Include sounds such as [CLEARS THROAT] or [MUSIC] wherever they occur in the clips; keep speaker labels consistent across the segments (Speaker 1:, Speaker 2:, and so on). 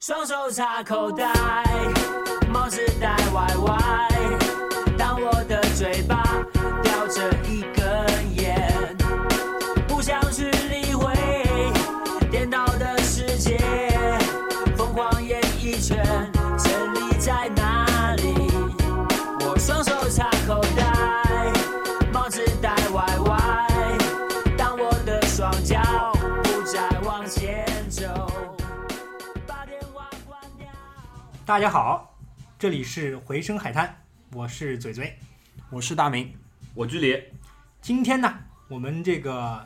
Speaker 1: 双手插口袋，帽子戴歪歪。当我的嘴巴叼着一根烟，不想去理会颠倒的世界，疯狂演一圈，真理在哪里？我双手插口袋，帽子戴歪歪。当我的双脚不再往前走。把电话关掉。
Speaker 2: 大家好，这里是回声海滩，我是嘴嘴。
Speaker 3: 我是大明，
Speaker 4: 我距离
Speaker 2: 今天呢，我们这个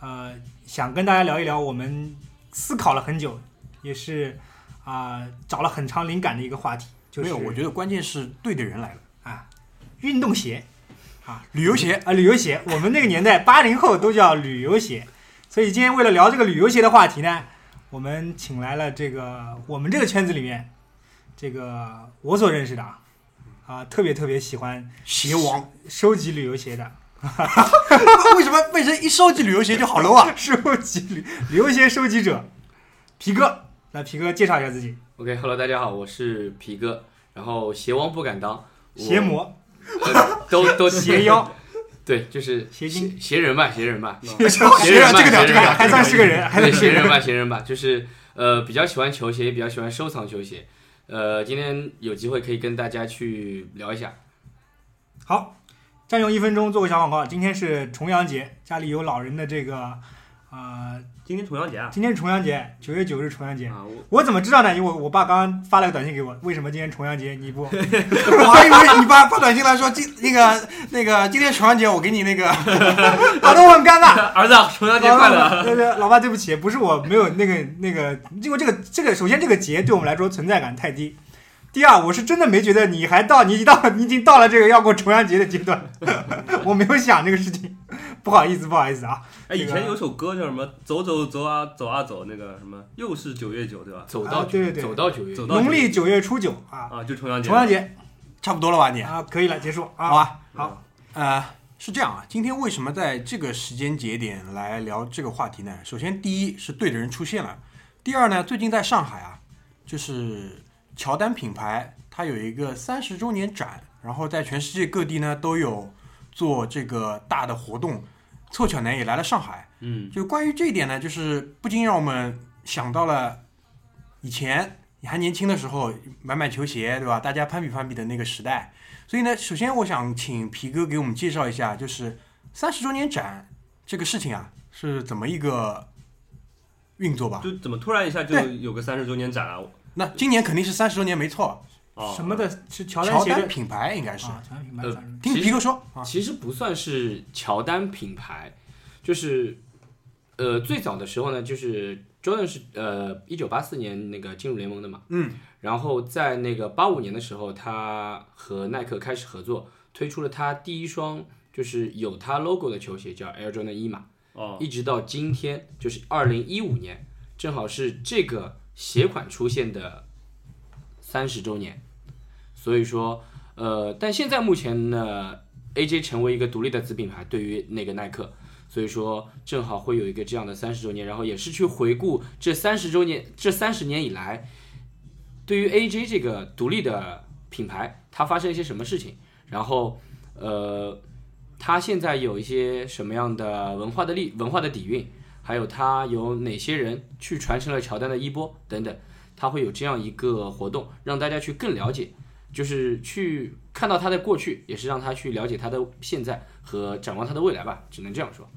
Speaker 2: 呃，想跟大家聊一聊我们思考了很久，也是啊、找了很长灵感的一个话题，就是
Speaker 3: 没有，我觉得关键是对的人来了。
Speaker 2: 啊，运动鞋
Speaker 3: 旅游鞋， [LAUGHS]
Speaker 2: 啊，旅游鞋，我们那个年代八零后都叫旅游鞋，所以今天为了聊这个旅游鞋的话题呢，我们请来了这个我们这个圈子里面，这个我所认识的啊，啊，特别特别喜欢
Speaker 3: 鞋王，
Speaker 2: 收集旅游鞋的， [LAUGHS]
Speaker 3: 为什么为什么一收集旅游鞋就好 low 啊？
Speaker 2: 收集旅旅游鞋收集者皮哥。那皮哥介绍一下自己，
Speaker 4: ，OK，Hello，、大家好，我是皮哥，然后邪王不敢当，我
Speaker 2: 邪魔、
Speaker 4: 呃都都
Speaker 2: 邪，妖，
Speaker 4: [LAUGHS] 对，就是
Speaker 2: 邪精嗯
Speaker 4: 邪人吧，邪人吧，
Speaker 2: 哦
Speaker 3: 鞋
Speaker 2: 啊
Speaker 4: 人吧
Speaker 3: 这个屌，
Speaker 4: 鞋
Speaker 3: 这个
Speaker 4: 人吧
Speaker 3: 屌，
Speaker 2: 还算是个人，还 [LAUGHS]
Speaker 4: 对，
Speaker 2: 算是
Speaker 4: 邪
Speaker 2: 个
Speaker 4: 人
Speaker 2: 人。
Speaker 4: 吧，邪人吧，就是呃比较喜欢球鞋，也比较喜欢收藏球鞋，呃，今天有机会可以跟大家去聊一下，
Speaker 2: 好，占用一分钟做个小广告。今天是重阳节，家里有老人的这个，呃，
Speaker 5: [LAUGHS] 今天重阳节啊，
Speaker 2: 今天是重阳节，九月九日重阳节。
Speaker 4: 啊，我
Speaker 2: 我怎么知道呢？因为我我爸刚刚发了个短信给我，为什么今天重阳节你不？
Speaker 3: [LAUGHS]
Speaker 2: 啊
Speaker 3: 我还以为你爸发短信来说今那个那个今天重阳节我给你那个， [LAUGHS]
Speaker 2: 搞得我很尴尬。
Speaker 5: [LAUGHS] 儿子，重阳节
Speaker 2: 老
Speaker 5: 快
Speaker 2: [LAUGHS]
Speaker 5: 乐！
Speaker 2: 爸，对对，老爸，对不起，不是我没有那个那个，因为这个这个，首先这个节对我们来说存在感太低。第二，我是真的没觉得你还到你已经到 [LAUGHS] 你已经到了这个要过重阳节的阶段， [LAUGHS] 我没有想这个事情，不好意思，不好意思啊。
Speaker 5: 哎，以前有首歌叫什么“走走走啊走啊走”，那个什么又是九月九，对吧？
Speaker 4: 走到
Speaker 2: 啊
Speaker 4: 九
Speaker 2: 对对对
Speaker 4: 走到九月
Speaker 5: 走，到
Speaker 2: 农历九月初九啊，
Speaker 5: 啊，就重阳节。
Speaker 2: 重阳节
Speaker 3: 差不多了吧你？
Speaker 2: 啊，可以了，结束
Speaker 3: 好
Speaker 2: 啊。
Speaker 3: 吧，
Speaker 2: 好，
Speaker 3: 呃，是这样啊，今天为什么在这个时间节点来聊这个话题呢？首先，第一是对的人出现了，第二呢，最近在上海啊，就是乔丹品牌它有一个三十周年展，然后在全世界各地呢都有做这个大的活动，凑巧呢也来了上海。
Speaker 4: 嗯，
Speaker 3: 就关于这一点呢，就是不禁让我们想到了以前你还年轻的时候买买球鞋，对吧？大家攀比攀比的那个时代。所以呢，首先我想请皮哥给我们介绍一下，就是三十周年展这个事情啊，是怎么一个运作吧？
Speaker 5: 就怎么突然一下就
Speaker 3: 对
Speaker 5: 有个三十周年展啊？
Speaker 3: 那今年肯定是三十周年，没错，
Speaker 5: 哦，
Speaker 2: 什么的是乔丹
Speaker 3: 乔
Speaker 2: 鞋的
Speaker 3: 丹品牌应该是。
Speaker 2: 啊，乔丹品牌
Speaker 4: 呃
Speaker 2: 算是
Speaker 3: 听皮哥说啊，
Speaker 4: 其实不算是乔丹品牌，就是呃最早的时候呢，就是 Jordan 是呃一九八四年那个进入联盟的嘛，
Speaker 3: 嗯，
Speaker 4: 然后在那个八五年的时候，他和耐克开始合作，推出了他第一双就是有他 logo 的球鞋，叫 Air Jordan 一嘛，
Speaker 5: 哦，
Speaker 4: 一直到今天就是二零一五年，正好是这个鞋款出现的三十周年，所以说，呃，但现在目前呢，AJ 成为一个独立的子品牌，对于那个耐克，所以说正好会有一个这样的三十周年，然后也是去回顾这三十周年，这三十年以来，对于 AJ 这个独立的品牌，它发生一些什么事情，然后，呃，它现在有一些什么样的文化的力、文化的底蕴，还有它有哪些人去传承了乔丹的衣钵等等，它会有这样一个活动，让大家去更了解，就是去看到它的过去，也是让他去了解它的现在和展望它的未来吧，只能这样说。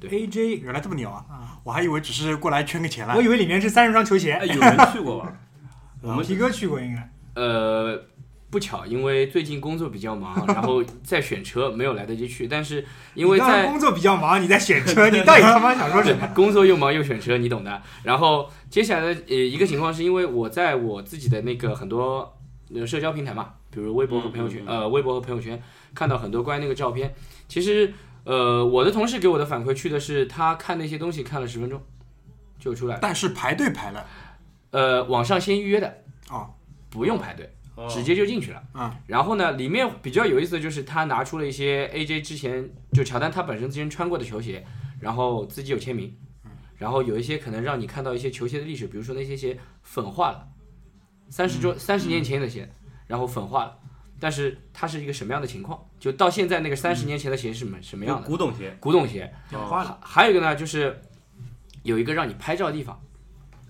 Speaker 4: 对
Speaker 2: AJ，
Speaker 3: 原来这么牛啊！我还以为只是过来圈个钱来
Speaker 2: 我。以为里面是三十双球
Speaker 5: 哎，
Speaker 2: 鞋，啊
Speaker 5: 有人去过吧？我们
Speaker 2: 皮哥去过应该。
Speaker 4: 呃，不巧，因为最近工作比较忙，然后在选车，没有来得及去。但是因为
Speaker 2: 你刚刚
Speaker 4: 在
Speaker 2: 工作比较忙，你在选
Speaker 3: [LAUGHS]
Speaker 2: 车，你到底他妈想说什么？
Speaker 4: 工作又忙又选车，你懂的。然后接下来的呃一个情况是因为我在我自己的那个很多呃社交平台嘛，比如微博和
Speaker 2: 嗯
Speaker 4: 朋友圈，呃微博和朋友圈看到很多关于那个照片。其实呃我的同事给我的反馈去的是他看那些东西看了十分钟就出来了，
Speaker 3: 但是排队排了
Speaker 4: 呃网上先预约的
Speaker 3: 啊，
Speaker 4: 不用排队，
Speaker 5: 哦
Speaker 4: 直接就进去了。
Speaker 3: 嗯，
Speaker 4: 然后呢，里面比较有意思的就是他拿出了一些 AJ 之前就乔丹他本身之前穿过的球鞋，然后自己有签名，然后有一些可能让你看到一些球鞋的历史，比如说那些鞋粉化了，三十周三十年前的鞋，然后粉化了，但是它是一个什么样的情况？就到现在那个三十年前的鞋是什么什么
Speaker 5: 就
Speaker 4: 样的？
Speaker 5: 古董鞋，
Speaker 4: 古董鞋，
Speaker 5: 哦
Speaker 2: 花了，
Speaker 4: 还还有一个呢，就是有一个让你拍照的地方，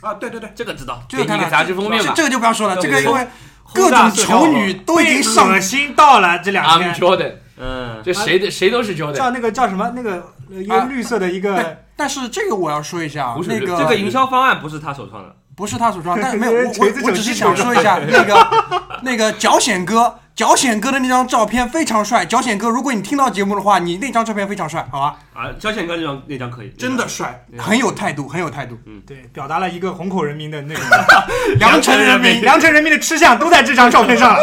Speaker 3: 啊，对对对，
Speaker 5: 这个知道，
Speaker 3: 这个
Speaker 4: 给你
Speaker 3: 看
Speaker 4: 个
Speaker 3: 了
Speaker 4: 杂志封面
Speaker 3: 这
Speaker 4: 吧
Speaker 3: 这个就不要说了，
Speaker 5: 对
Speaker 3: 这个因为各
Speaker 5: 宏大
Speaker 3: 种
Speaker 5: 社交
Speaker 3: 丑女
Speaker 4: 啊
Speaker 3: 都已经上
Speaker 2: 恶心到了这两
Speaker 4: ，I'm
Speaker 2: 天。
Speaker 4: Jordan，
Speaker 5: 嗯，
Speaker 4: 这谁的谁都是 Jordan，
Speaker 2: 叫那个叫什么？那个呃一个
Speaker 3: 啊
Speaker 2: 绿色的一
Speaker 3: 对
Speaker 2: 个，，
Speaker 3: 但是这个我要说一下，啊
Speaker 4: 不是
Speaker 3: 那
Speaker 4: 这
Speaker 5: 这
Speaker 4: 呃
Speaker 5: 个营销方案不是他首创的，
Speaker 3: 不是他所创，但是没有我我
Speaker 2: 锤子
Speaker 3: 我
Speaker 2: 手
Speaker 3: 只
Speaker 2: 机
Speaker 3: 是想
Speaker 2: 手
Speaker 3: 说一 [LAUGHS] 下那个那个脚显哥，脚显哥的那张照片非常帅。脚显哥，如果你听到节目的话，你那张照片非常帅，好吧？
Speaker 5: 啊，交钱哥那张那张可以，
Speaker 3: 真的帅，
Speaker 4: 嗯
Speaker 3: 很有态度，很有态度。
Speaker 2: 对，表达了一个虹口人民的
Speaker 3: [LAUGHS]
Speaker 2: 那种
Speaker 3: 良辰人民，
Speaker 2: 良辰人民的吃相都在这张照片上了。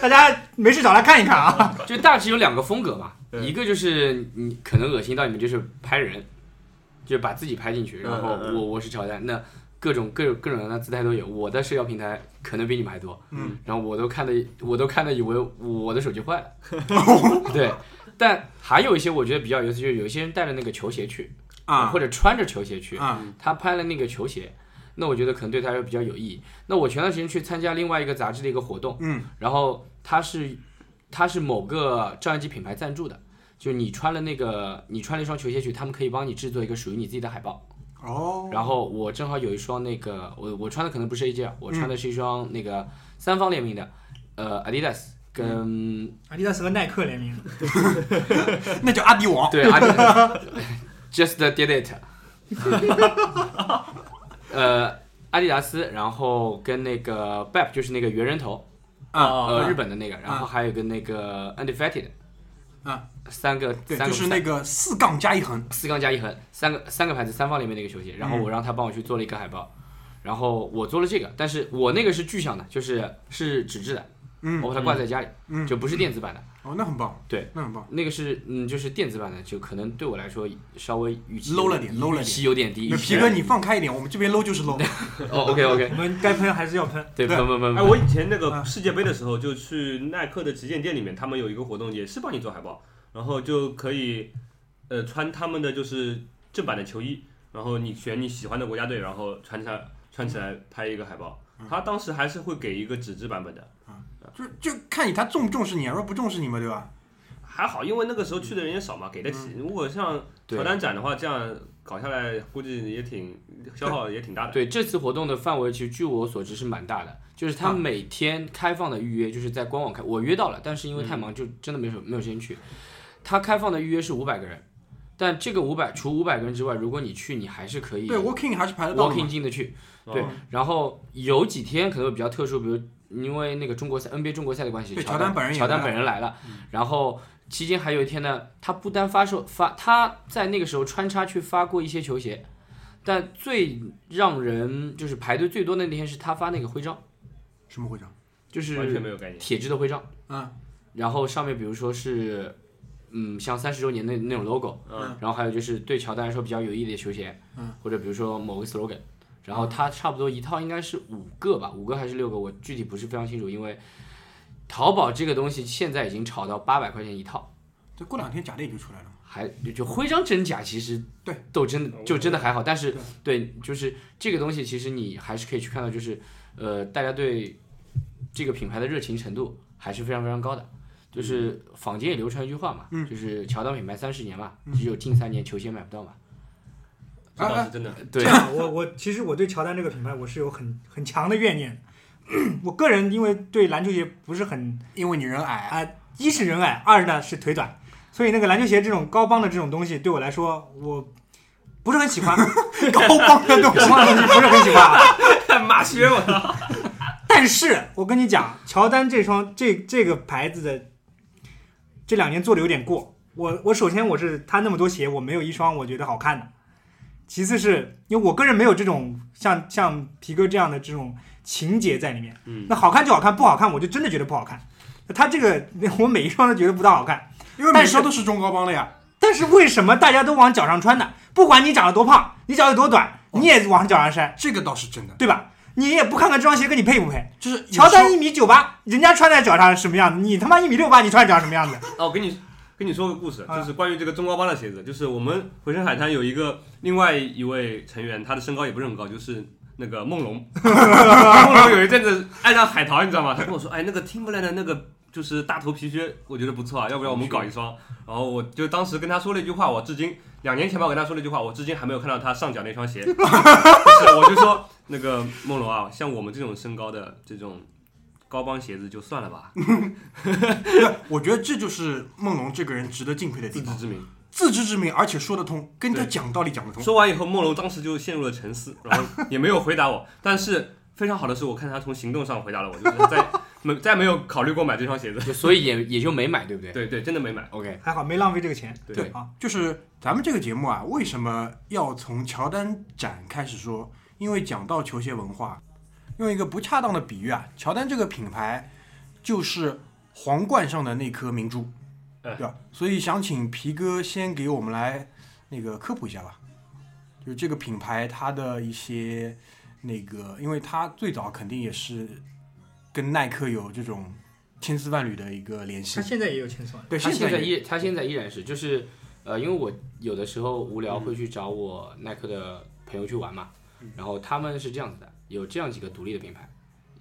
Speaker 2: 大家没事找来看一看啊。
Speaker 3: 嗯
Speaker 4: 就大致有两个风格吧，
Speaker 5: 对
Speaker 4: 一个就是你可能恶心到你们就是拍人，就是把自己拍进去，然后
Speaker 5: 嗯嗯嗯
Speaker 4: 我我是乔丹，那各种各种各种各样的姿态都有，我的社交平台可能比你们还多，
Speaker 3: 嗯，
Speaker 4: 然后我都看的我都看的以为我的手机
Speaker 5: [LAUGHS]
Speaker 4: 坏了， [LAUGHS] 对，但还有一些我觉得比较有意思，就是有一些人带着那个球鞋去
Speaker 3: 啊
Speaker 4: 或者穿着球鞋去，
Speaker 3: 啊
Speaker 4: 他拍了那个球鞋，那我觉得可能对他来说比较有意义。那我前段时间去参加另外一个杂志的一个活动，
Speaker 3: 嗯，
Speaker 4: 然后它是它是某个照相机品牌赞助的，就你穿了那个你穿了一双球鞋去，他们可以帮你制作一个属于你自己的海报。
Speaker 3: 哦，
Speaker 4: 然后我正好有一双那个我我穿的可能不是 AJ，我穿的是一双那个三方联名的，呃，Adidas 跟
Speaker 2: 阿迪达斯和耐克联名，
Speaker 3: 那叫阿迪王，
Speaker 4: 对，I [LAUGHS] just did it 嗯呃，阿迪达斯，然后跟那个 BAP 就是那个猿人头，
Speaker 3: 啊，
Speaker 4: 呃，
Speaker 5: 哦
Speaker 4: 日本的那个，然后还有一个那个 Undefeated，
Speaker 3: 啊，
Speaker 4: 三个
Speaker 3: 嗯对，
Speaker 4: 三
Speaker 3: 就
Speaker 4: 个
Speaker 3: 是那个四杠加一横，
Speaker 4: 四杠加一横，三个三个牌子三方联名的一个球鞋，然
Speaker 3: 嗯
Speaker 4: 后我让他帮我去做了一个海报，然后我做了这个，但是我那个是具象的，就是是纸质的，
Speaker 3: 嗯
Speaker 4: 我把它挂在家里，
Speaker 3: 嗯
Speaker 4: 哦就不是电子版的，
Speaker 3: 哦，那很棒，
Speaker 4: 对，
Speaker 3: 那很棒，
Speaker 4: 那个是嗯，就是电子版的，就可能对我来说稍微预期
Speaker 3: low 了点，low 了
Speaker 4: 预
Speaker 3: 点
Speaker 4: 期有点低。
Speaker 3: 那皮哥你放开一点，我们这边 low 就是
Speaker 5: [LAUGHS]
Speaker 3: low，
Speaker 4: 哦，OK
Speaker 2: 我
Speaker 4: OK，
Speaker 2: 们该喷还是要喷。
Speaker 4: 对，
Speaker 3: 对
Speaker 4: 不不不
Speaker 5: 哎，
Speaker 4: 不，
Speaker 5: 我以前那个世界杯的时候，就去耐克的旗舰店里面，他们有一个活动，也是帮你做海报，然后就可以呃穿他们的就是正版的球衣，然后你选你喜欢的国家队，然后穿起来穿起来拍一个海报。他当时还是会给一个纸质版本的，
Speaker 3: 就就看你他重不重视你，若不重视你嘛，对吧？
Speaker 5: 还好，因为那个时候去的人也少嘛，给得起。如果像
Speaker 4: 对
Speaker 5: 乔丹展的话，这样搞下来估计也挺消耗也挺大的。
Speaker 4: 对这次活动的范围，其实据我所知是蛮大的，就是他
Speaker 3: 啊
Speaker 4: 每天开放的预约，就是在官网开，我约到了，但是因为太忙，就真的没有没有时间去。他开放的预约是五百个人，但这个五百除五百个人之外，如果你去，你还是可以
Speaker 3: 对，walking 还是排得到的
Speaker 4: walking
Speaker 3: 嘛，
Speaker 4: 进得去。
Speaker 5: 哦
Speaker 4: 对，然后有几天可能会比较特殊，比如因为那个中国赛 NBA 中国赛的关系，
Speaker 3: 对
Speaker 4: 乔
Speaker 3: 乔丹本人也
Speaker 4: 乔丹
Speaker 3: 来嗯
Speaker 4: 本人来了，然后期间还有一天呢，他不单发售发，他在那个时候穿插去发过一些球鞋，但最让人就是排队最多的那天是他发那个徽章，
Speaker 3: 什么徽章？
Speaker 4: 就
Speaker 5: 完全
Speaker 4: 是
Speaker 5: 没有概念。
Speaker 4: 铁质的徽章，
Speaker 3: 啊，
Speaker 4: 然后上面比如说是嗯像三十周年那那种 logo，
Speaker 5: 嗯，
Speaker 4: 然后还有就是对乔丹来说比较有意义的球鞋，
Speaker 3: 嗯，
Speaker 4: 或者比如说某个 slogan，然后它差不多一套应该是五个吧，五个还是六个，我具体不是非常清楚，因为淘宝这个东西现在已经炒到八百块钱一套，
Speaker 3: 这过两天假链就出来了嘛，
Speaker 4: 还就就徽章真假其实
Speaker 3: 对
Speaker 4: 斗真就真的还好，但是对就是这个东西其实你还是可以去看到，就是呃大家对这个品牌的热情程度还是非常非常高的。就是坊间也流传一句话嘛，就是乔丹品牌三十年嘛，只有近三年球鞋买不到嘛。
Speaker 5: 这倒是
Speaker 4: [LAUGHS]
Speaker 5: 真的。
Speaker 4: 对
Speaker 2: 这，样，我我其实我对乔丹这个品牌我是有很很强的 [CLEARS THROAT] 怨念。我个人因为对篮球鞋不是很，
Speaker 3: 因为你人矮。啊
Speaker 2: 一是人矮，二呢是腿短，所以那个篮球鞋这种高帮的这种东西对我来说，我不是很喜欢， [LAUGHS]
Speaker 3: 高帮的东
Speaker 2: 高帮的东西不是很喜欢啊。
Speaker 5: 麻靴我操！
Speaker 2: 但是我跟你讲，乔丹这双这这个牌子的这两年做的有点过。我我首先我是他那么多鞋，我没有一双我觉得好看的。其次是因为我个人没有这种像像皮哥这样的这种情节在里面。
Speaker 5: 嗯
Speaker 2: 那好看就好看，不好看我就真的觉得不好看。那他这个我每一双都觉得不大好看，
Speaker 3: 因为每双都是中高帮的呀。
Speaker 2: 但是为什么大家都往脚上穿呢？不管你长得多胖，你脚有多短，你也往脚上塞，
Speaker 3: 这个倒是真的，
Speaker 2: 对吧？你也不看看这双鞋跟你配不配？
Speaker 3: 就是有时候
Speaker 2: 乔丹一米九八，人家穿在脚上什么样子？你他妈一米六八，你穿在脚上什么样子？
Speaker 5: [LAUGHS] 哦，我跟你跟你说个故事，
Speaker 2: 啊
Speaker 5: 就是关于这个中高帮的鞋子，就是我们回声海滩有一个另外一位成员，他的身高也不是很高，就是。那个梦龙， [LAUGHS] 梦龙有一阵子爱上海淘，你知道吗？他跟我说，哎，那个 Timberland 的那个就是大头皮靴，我觉得不错啊，要不然我们搞一双。然后我就当时跟他说了一句话，我至今两年前吧，我跟他说了一句话，我至今还没有看到他上脚那双鞋。是，我就说那个梦龙啊，像我们这种身高的这种高帮鞋子就算了吧，
Speaker 3: 我觉得这就是梦龙这个人值得敬佩的地
Speaker 5: 自知
Speaker 3: 方，
Speaker 5: 之明。
Speaker 3: 自知之明，而且说得通，跟人家
Speaker 5: 对
Speaker 3: 讲道理讲得通。
Speaker 5: 说完以后，梦龙当时就陷入了沉思，然后也没有回答我。但是非常好的是，我看他从行动上回答了我，就是再没再没有考虑过买这双鞋子。
Speaker 4: 就所以也也就没买，对不对
Speaker 5: 对对，真的没买。
Speaker 4: ？OK，
Speaker 2: 还好没浪费这个钱。
Speaker 5: 对
Speaker 4: 对
Speaker 2: 啊，
Speaker 3: 就是咱们这个节目啊，为什么要从乔丹展开始说？因为讲到球鞋文化，用一个不恰当的比喻啊，乔丹这个品牌就是皇冠上的那颗明珠，
Speaker 5: 哎
Speaker 3: 对吧？所以想请皮哥先给我们来那个科普一下吧，就是这个品牌它的一些那个，因为它最早肯定也是跟耐克有这种千丝万缕的一个联系
Speaker 2: 他，现在也有钱算。
Speaker 3: 对，
Speaker 4: 他现在
Speaker 3: 也
Speaker 4: 依他现在依然是，就是呃，因为我有的时候无聊会去找我耐克的朋友去玩嘛，然后他们是这样子的，有这样几个独立的品牌，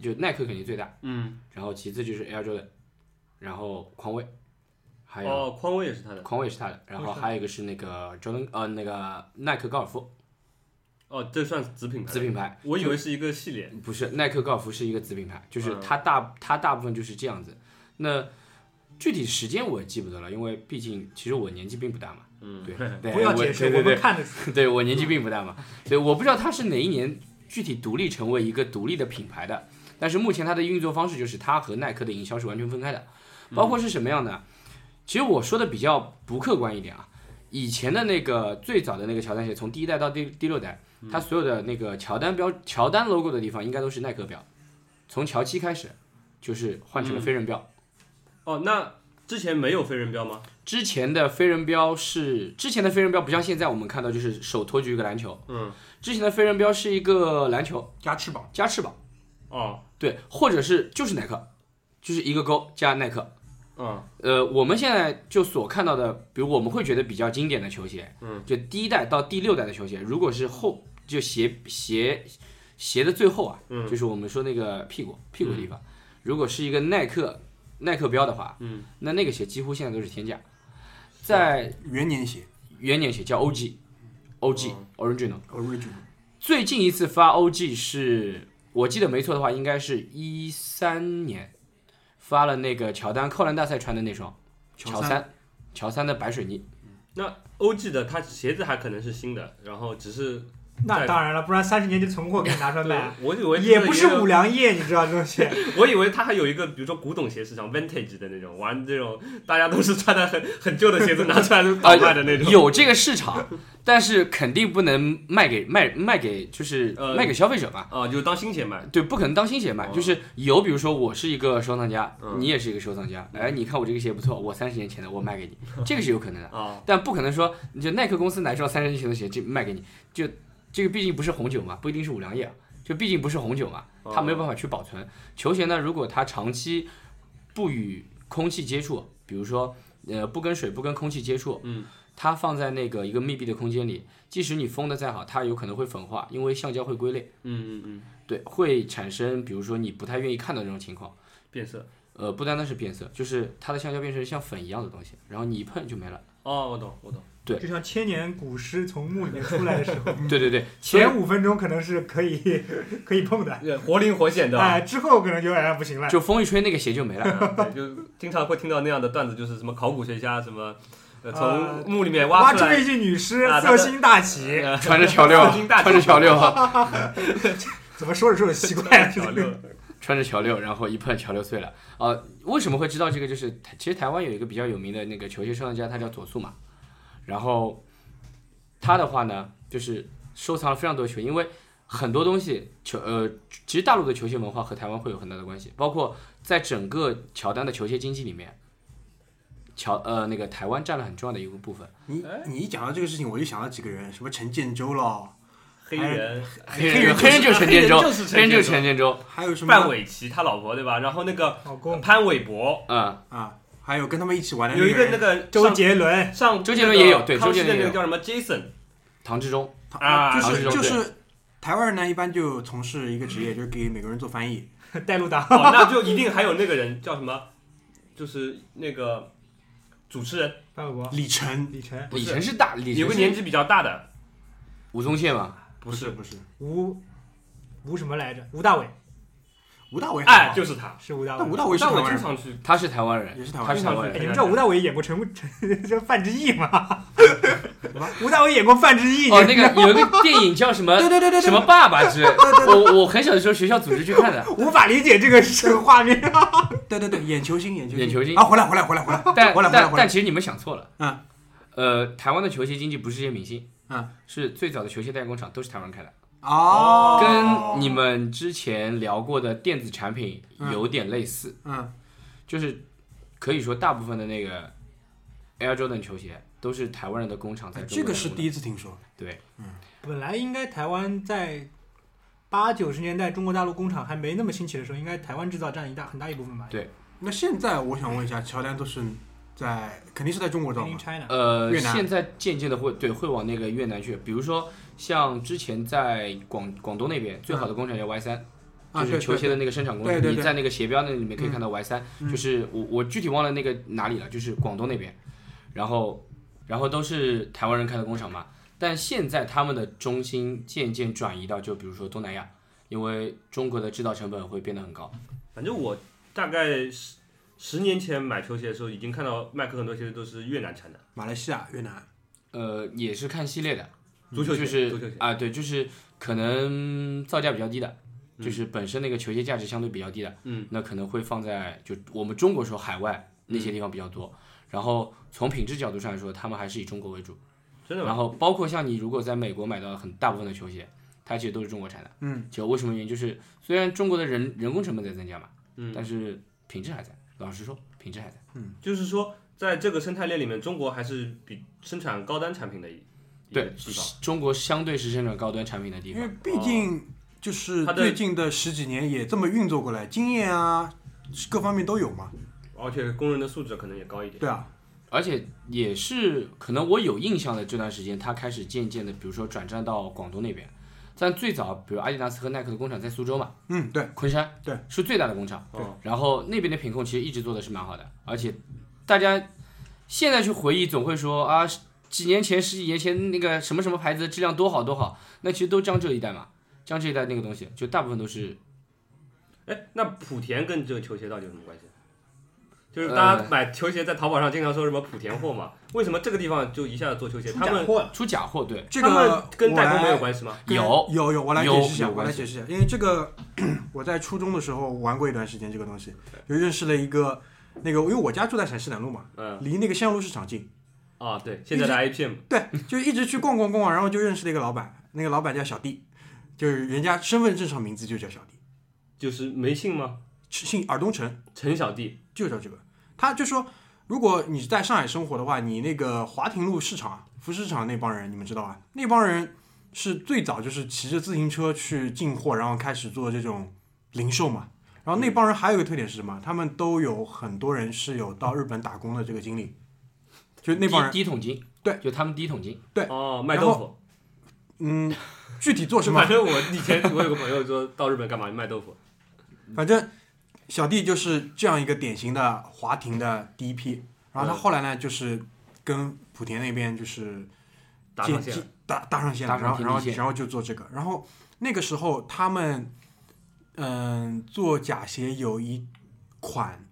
Speaker 4: 就耐克肯定最大，
Speaker 5: 嗯，
Speaker 4: 然后其次就是 Air Jordan，然后匡威，还有、
Speaker 5: 哦，匡威也是他的。
Speaker 4: 匡威是他的，然后还有一个是那个 Jordan 呃那个耐克高尔夫
Speaker 5: 哦，这算子品牌。
Speaker 4: 子品牌。
Speaker 5: 我以为是一个系列。
Speaker 4: 不是，耐克高尔夫是一个子品牌，就是它大它大部分就是这样子。那具体时间我记不得了，因为毕竟其实我年纪并不大嘛。
Speaker 5: 嗯，
Speaker 4: 对，对
Speaker 2: 不要解释，
Speaker 4: 我对
Speaker 2: 我们
Speaker 4: 对
Speaker 2: 看得出。
Speaker 4: 对，对我年纪并不大嘛，所以我不知道它是哪一年具体独立成为一个独立的品牌的。但是目前它的运作方式就是它和耐克的营销是完全分开的，包括是什么样的？其实我说的比较不客观一点啊，以前的那个最早的那个乔丹鞋，从第一代到第第六代，它所有的那个乔丹标、乔丹 logo 的地方应该都是耐克标，从乔七开始就是换成了飞人标。
Speaker 5: 哦，那之前没有飞人标吗？
Speaker 4: 之前的飞人标是之前的飞人标不像现在我们看到就是手托举一个篮球，
Speaker 5: 嗯，
Speaker 4: 之前的飞人标是一个篮球
Speaker 3: 加翅膀，
Speaker 4: 加翅膀，
Speaker 5: 哦，
Speaker 4: 对，或者是就是耐克，就是一个勾加耐克。
Speaker 5: 嗯，
Speaker 4: 呃，我们现在就所看到的，比如我们会觉得比较经典的球鞋，嗯，就第一代到第六代的球鞋，如果是后就鞋鞋鞋的最后啊，嗯，就是我们说那个屁股屁股的地方，如果是一个耐克耐克标的话，嗯，那那个鞋几乎现在都是天价，在
Speaker 3: 元年鞋
Speaker 4: 元年鞋叫 OG OG、Original，
Speaker 3: ，original。
Speaker 4: 最近一次发 OG 是我记得没错的话，应该是一三年发了那个乔丹扣篮大赛穿的那双
Speaker 3: 乔
Speaker 4: 乔
Speaker 3: 三
Speaker 4: 三乔三的白水泥，
Speaker 5: 那 OG 的它鞋子还可能是新的，然后只是
Speaker 2: 那当然了，不然三十年就存货给你拿出来卖啊，
Speaker 5: 对，我以为
Speaker 2: 也不是
Speaker 5: 五。
Speaker 2: 五粮液，你知道这东西。
Speaker 5: 我以为他还有一个，比如说古董鞋市场 vintage 的那种，玩这种大家都是穿的很很旧的鞋子拿出来就倒卖的那种。
Speaker 4: 啊有这个市场，但是肯定不能卖给卖卖给就是
Speaker 5: 呃
Speaker 4: 卖给消费者嘛。
Speaker 5: 啊，就当新鞋卖。
Speaker 4: 对，不可能当新鞋卖，
Speaker 5: 哦
Speaker 4: 就是有，比如说我是一个收藏家，
Speaker 5: 嗯
Speaker 4: 你也是一个收藏家，哎，你看我这个鞋不错，我三十年前的，我卖给你，这个是有可能的。
Speaker 5: 啊，
Speaker 4: 但不可能说，你就耐克公司拿一双三十年前的鞋就卖给你，就这个毕竟不是红酒嘛，不一定是五粮液啊，就毕竟不是红酒嘛，
Speaker 5: 哦
Speaker 4: 它没有办法去保存。球鞋呢，如果它长期不与空气接触，比如说呃不跟水、不跟空气接触，
Speaker 5: 嗯，
Speaker 4: 它放在那个一个密闭的空间里，即使你封的再好，它有可能会粉化，因为橡胶会归类，
Speaker 5: 嗯嗯嗯，
Speaker 4: 对，会产生比如说你不太愿意看到这种情况。
Speaker 5: 变色。
Speaker 4: 呃，不单单是变色，就是它的橡胶变成像粉一样的东西，然后你一碰就没了。
Speaker 5: 哦，我懂，我懂。
Speaker 4: 对
Speaker 2: 就像千年古诗从墓里面出来的时候，
Speaker 5: [LAUGHS]
Speaker 4: 对对对，
Speaker 2: 前五分钟可能是可以 [LAUGHS] 可以碰的，
Speaker 5: 对活灵活现，对吧？
Speaker 2: 哎，之后可能就哎不行了。
Speaker 4: 就风一吹，那个鞋就没了。
Speaker 5: [LAUGHS] 嗯 [LAUGHS] 对，就经常会听到那样的段子，就是什么考古学家什么，呃，
Speaker 2: 啊
Speaker 5: 从墓里面
Speaker 2: 挖
Speaker 5: 出
Speaker 2: 出了
Speaker 5: 来
Speaker 2: 一具女尸，
Speaker 5: 啊
Speaker 2: 色心大起，
Speaker 5: 呃 [LAUGHS]
Speaker 4: [LAUGHS] 穿着乔六
Speaker 5: 曾经，大
Speaker 4: 穿着乔六，
Speaker 2: 怎么说着说着奇怪了？
Speaker 5: [LAUGHS] 小六，
Speaker 4: 穿着乔六，然后一碰乔六碎了。呃，为什么会知道这个？就是台其实台湾有一个比较有名的那个球鞋收藏家，他叫佐素嘛。然后他的话呢，就是收藏了非常多球，因为很多东西球呃，其实大陆的球鞋文化和台湾会有很大的关系，包括在整个乔丹的球鞋经济里面，乔呃那个台湾占了很重要的一个部分。
Speaker 3: 你你一讲到这个事情，我就想到几个人，什么陈建州了，
Speaker 5: 黑人，
Speaker 4: 黑
Speaker 3: 黑人
Speaker 4: 人黑人就是陈建州，黑人就
Speaker 5: 黑人就
Speaker 4: 是
Speaker 5: 陈建州
Speaker 4: 是陈建州，
Speaker 3: 还有什么
Speaker 2: 嗯
Speaker 5: 范玮琪他老婆对吧？然后那个
Speaker 2: [LAUGHS] 老公，
Speaker 5: 潘玮柏，
Speaker 4: 嗯，
Speaker 3: 啊，还有跟他们一起玩的
Speaker 5: 有一个那
Speaker 3: 人
Speaker 5: 个
Speaker 2: 周
Speaker 5: 上
Speaker 2: 杰伦，
Speaker 5: 上
Speaker 4: 周杰伦也有
Speaker 5: 那个
Speaker 4: 对
Speaker 5: 康熙
Speaker 4: 周杰
Speaker 5: 的
Speaker 4: 伦也
Speaker 5: 那
Speaker 4: 有
Speaker 5: 个叫什么 Jason，
Speaker 4: 唐志中，
Speaker 3: 他
Speaker 5: 啊
Speaker 3: 就是
Speaker 4: 唐志中
Speaker 3: 就是台湾人呢，一般就从事一个职业，就是给美国人做翻译。
Speaker 2: 带路
Speaker 5: [LAUGHS]
Speaker 2: 党，
Speaker 5: 哦，那就一定还有那个人叫什么，就是那个主持人，
Speaker 2: 范玮柏、
Speaker 3: 李晨
Speaker 2: 李晨、
Speaker 5: 不
Speaker 4: 李
Speaker 5: 是
Speaker 4: 晨是大，李晨
Speaker 5: 有个
Speaker 4: 是
Speaker 5: 年纪比较大的，
Speaker 4: 吴宗宪嘛，
Speaker 5: 不是，
Speaker 3: 不是
Speaker 2: 吴吴什么来着？吴大伟
Speaker 3: 吴大维，
Speaker 5: 哎，就是他。
Speaker 2: 是吴大
Speaker 3: 但
Speaker 2: 伟
Speaker 3: 吴。大维哦是
Speaker 5: 但
Speaker 3: 台
Speaker 5: 我
Speaker 3: 湾
Speaker 5: 经
Speaker 3: 人，
Speaker 5: 常去，
Speaker 4: 他是台湾人，
Speaker 3: 也是台湾
Speaker 4: 他
Speaker 3: 人
Speaker 4: 是台湾
Speaker 2: 哎，
Speaker 4: 人，
Speaker 2: 你们知道吴大伟演过陈陈这范志毅吗
Speaker 3: 么？
Speaker 2: 吴大伟演过范志毅，
Speaker 4: 哦，那个有一个电影叫什么
Speaker 3: 对对对对对，
Speaker 4: 什么爸爸之类，我我很小的时候学校组织去看的，
Speaker 3: [LAUGHS]
Speaker 2: 无法理解这 [LAUGHS] 个是个画面。
Speaker 3: 对对对，眼球星，眼球
Speaker 4: 眼球星
Speaker 3: 啊，回来回来回来回来，
Speaker 4: 但
Speaker 3: 回来回来
Speaker 4: 但
Speaker 3: 回来
Speaker 4: 但其实你们想错了。
Speaker 3: 嗯。
Speaker 4: 呃，台湾的球鞋经济不是这些明星，
Speaker 3: 嗯，
Speaker 4: 是最早的球鞋代工厂都是台湾人开的，
Speaker 3: 哦，
Speaker 4: 跟你们之前聊过的电子产品有点类似，
Speaker 3: 嗯
Speaker 4: 就是可以说大部分的那个 Air Jordan 球鞋都是台湾人的工厂在中国
Speaker 3: 这个是
Speaker 4: 代工的
Speaker 3: 第一次听说，
Speaker 4: 对，
Speaker 2: 本来应该台湾在八九十年代中国大陆工厂还没那么兴起的时候，应该台湾制造占一大很大一部分吧。
Speaker 4: 对
Speaker 3: 那现在我想问一下，乔丹都是在肯定是在中国造
Speaker 2: Made
Speaker 3: 吧
Speaker 2: in？China，
Speaker 4: 呃，
Speaker 3: 越南
Speaker 4: 现在渐渐的会对会往那个越南去，比如说像之前在广广东那边最好的工厂叫 Y 三、
Speaker 3: 嗯啊，
Speaker 4: 就是
Speaker 3: 对
Speaker 4: 球鞋的那个生产工
Speaker 3: 对
Speaker 4: 厂，
Speaker 3: 对嗯
Speaker 4: 你
Speaker 3: 对
Speaker 4: 在那个鞋标那里面可以看到 Y 三，就是我我具体忘了那个哪里了，就是广东那边，然后然后都是台湾人开的工厂嘛，但现在他们的中心渐渐转移到就比如说东南亚，因为中国的制造成本会变得很高，
Speaker 5: 反正我大概十十年前买球鞋的时候，已经看到麦克很多鞋子都是越南产的，
Speaker 3: 马来西亚、越南，
Speaker 4: 呃，也是看系列的，
Speaker 5: 足球鞋，
Speaker 4: 就是
Speaker 5: 足球鞋，
Speaker 4: 啊，对，就是可能造价比较低的，就是本身那个球鞋价值相对比较低的，
Speaker 5: 嗯，
Speaker 4: 那可能会放在就我们中国说海外那些地方比较多。然后从品质角度上来说，他们还是以中国为主。
Speaker 5: 真的吗？
Speaker 4: 然后包括像你如果在美国买到很大部分的球鞋，它其实都是中国产的。
Speaker 3: 嗯，
Speaker 4: 就为什么原因？就是虽然中国的人人工成本在增加嘛，嗯，但是品质还在。老实说，品质还在。
Speaker 5: 就是说，在这个生态链里面，中国还是比生产高端产品的一一个
Speaker 4: 对
Speaker 5: 地方。，
Speaker 4: 中国相对是生产高端产品的地
Speaker 3: 因为
Speaker 4: 方。
Speaker 3: 毕竟就是
Speaker 5: 哦它的
Speaker 3: 最近的十几年也这么运作过来，经验啊各方面都有嘛，
Speaker 5: 而且工人的素质可能也高一点。
Speaker 3: 对啊，
Speaker 4: 而且也是可能我有印象的这段时间，它开始渐渐的，比如说转战到广东那边。但最早，比如阿迪达斯和耐克的工厂在苏州嘛，
Speaker 3: 嗯，对，
Speaker 4: 昆山，
Speaker 3: 对，
Speaker 4: 是最大的工厂。
Speaker 5: 对
Speaker 4: 然后那边的品控其实一直做的是蛮好的，而且大家现在去回忆，总会说啊，几年前、十几年前那个什么什么牌子的质量多好多好，那其实都江浙一带嘛，江浙一带那个东西，就大部分都是
Speaker 5: 哎，那莆田跟这个球鞋到底有什么关系？就是大家买球鞋在淘宝上经常说什么莆田货嘛，为什么这个地方就一下子做球鞋？他们
Speaker 2: 货了，
Speaker 4: 出假货，对，
Speaker 3: 这
Speaker 5: 他
Speaker 3: 个
Speaker 5: 们跟代工没有
Speaker 3: 系。
Speaker 5: 关系吗？
Speaker 3: 跟
Speaker 4: 有
Speaker 3: 有有，我来解释一下，
Speaker 4: 有有
Speaker 3: 我来
Speaker 4: 关系
Speaker 3: 解释一下，因为这个 [CLEARS THROAT] 我在初中的时候玩过一段时间这个东西，就认识了一个那个，因为我家住在陕西南路嘛，
Speaker 5: 嗯，
Speaker 3: 离那个香炉市场
Speaker 5: [LAUGHS]
Speaker 3: 近，
Speaker 5: 啊，对，现在的 IPM
Speaker 3: 对，就一直去逛逛逛，然后就认识了一个老板，那个老板叫小弟，就是人家身份证上名字就叫小弟，
Speaker 5: 就是梅庆吗？
Speaker 3: 姓尔东城，
Speaker 5: 陈小弟，
Speaker 3: 就叫这个。他就说，如果你在上海生活的话，你那个华亭路市场、啊，副市场那帮人，你们知道吧？那帮人是最早就是骑着自行车去进货，然后开始做这种零售嘛。然后那帮人还有一个特点是什么？他们都有很多人是有到日本打工的这个经历，就那帮人
Speaker 4: 第一桶金，
Speaker 3: 对，
Speaker 4: 就他们第一桶金，
Speaker 5: 哦，卖豆腐。
Speaker 3: 嗯，具体做什么
Speaker 5: 反正我以前我有个朋友说到日本干嘛卖豆腐，
Speaker 3: 反正小弟就是这样一个典型的华亭的第一批，然后他后来呢，就是跟莆田那边就是
Speaker 5: 打上
Speaker 3: 建
Speaker 5: 线
Speaker 3: 建搭搭上线了，
Speaker 4: 搭上
Speaker 3: 然后
Speaker 4: 天
Speaker 3: 然后
Speaker 4: 地线
Speaker 3: 然后就做这个，然后那个时候他们嗯做假鞋有一款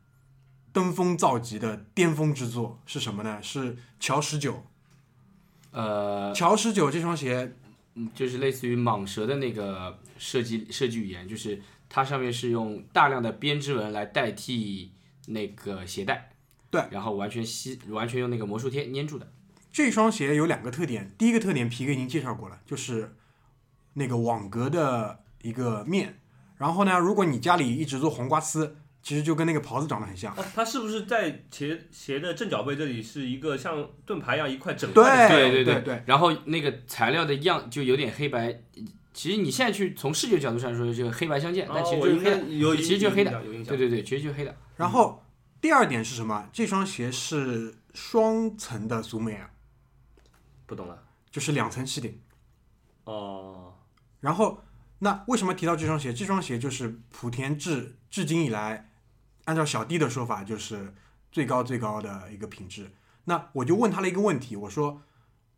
Speaker 3: 登峰造极的巅峰之作是什么呢？是乔十九，
Speaker 4: 呃，
Speaker 3: 乔十九这双鞋，
Speaker 4: 嗯，就是类似于蟒蛇的那个设计设计语言，就是它上面是用大量的编织纹来代替那个鞋带，
Speaker 3: 对，
Speaker 4: 然后完全吸完全用那个魔术贴粘住的，
Speaker 3: 这双鞋有两个特点，第一个特点皮哥已经介绍过了，就是那个网格的一个面，然后呢，如果你家里一直做黄瓜丝，其实就跟那个袍子长得很像。
Speaker 5: 哦，它是不是在鞋鞋的正脚背这里是一个像盾牌一样一块整块的？
Speaker 3: 哎对
Speaker 4: 对
Speaker 3: 对
Speaker 4: 对然后那个材料的样就有点黑白，其实你现在去从视觉角度上说，就是黑白相间，但
Speaker 5: 哦
Speaker 4: 其实
Speaker 5: 我
Speaker 4: 就是
Speaker 5: 应
Speaker 4: 黑
Speaker 5: 该
Speaker 4: 的，
Speaker 5: 有，
Speaker 4: 其实就是黑的，
Speaker 5: 有印象，有印象
Speaker 4: 对。对对，其实就是黑的。
Speaker 3: 然后第二点是什么？这双鞋是双层的苏美尔，
Speaker 5: 不懂了。
Speaker 3: 就是两层气顶。
Speaker 5: 哦，
Speaker 3: 然后，那为什么提到这双鞋？这双鞋就是莆田至至今以来，按照小弟的说法，就是最高最高的一个品质。那我就问他了一个问题，我说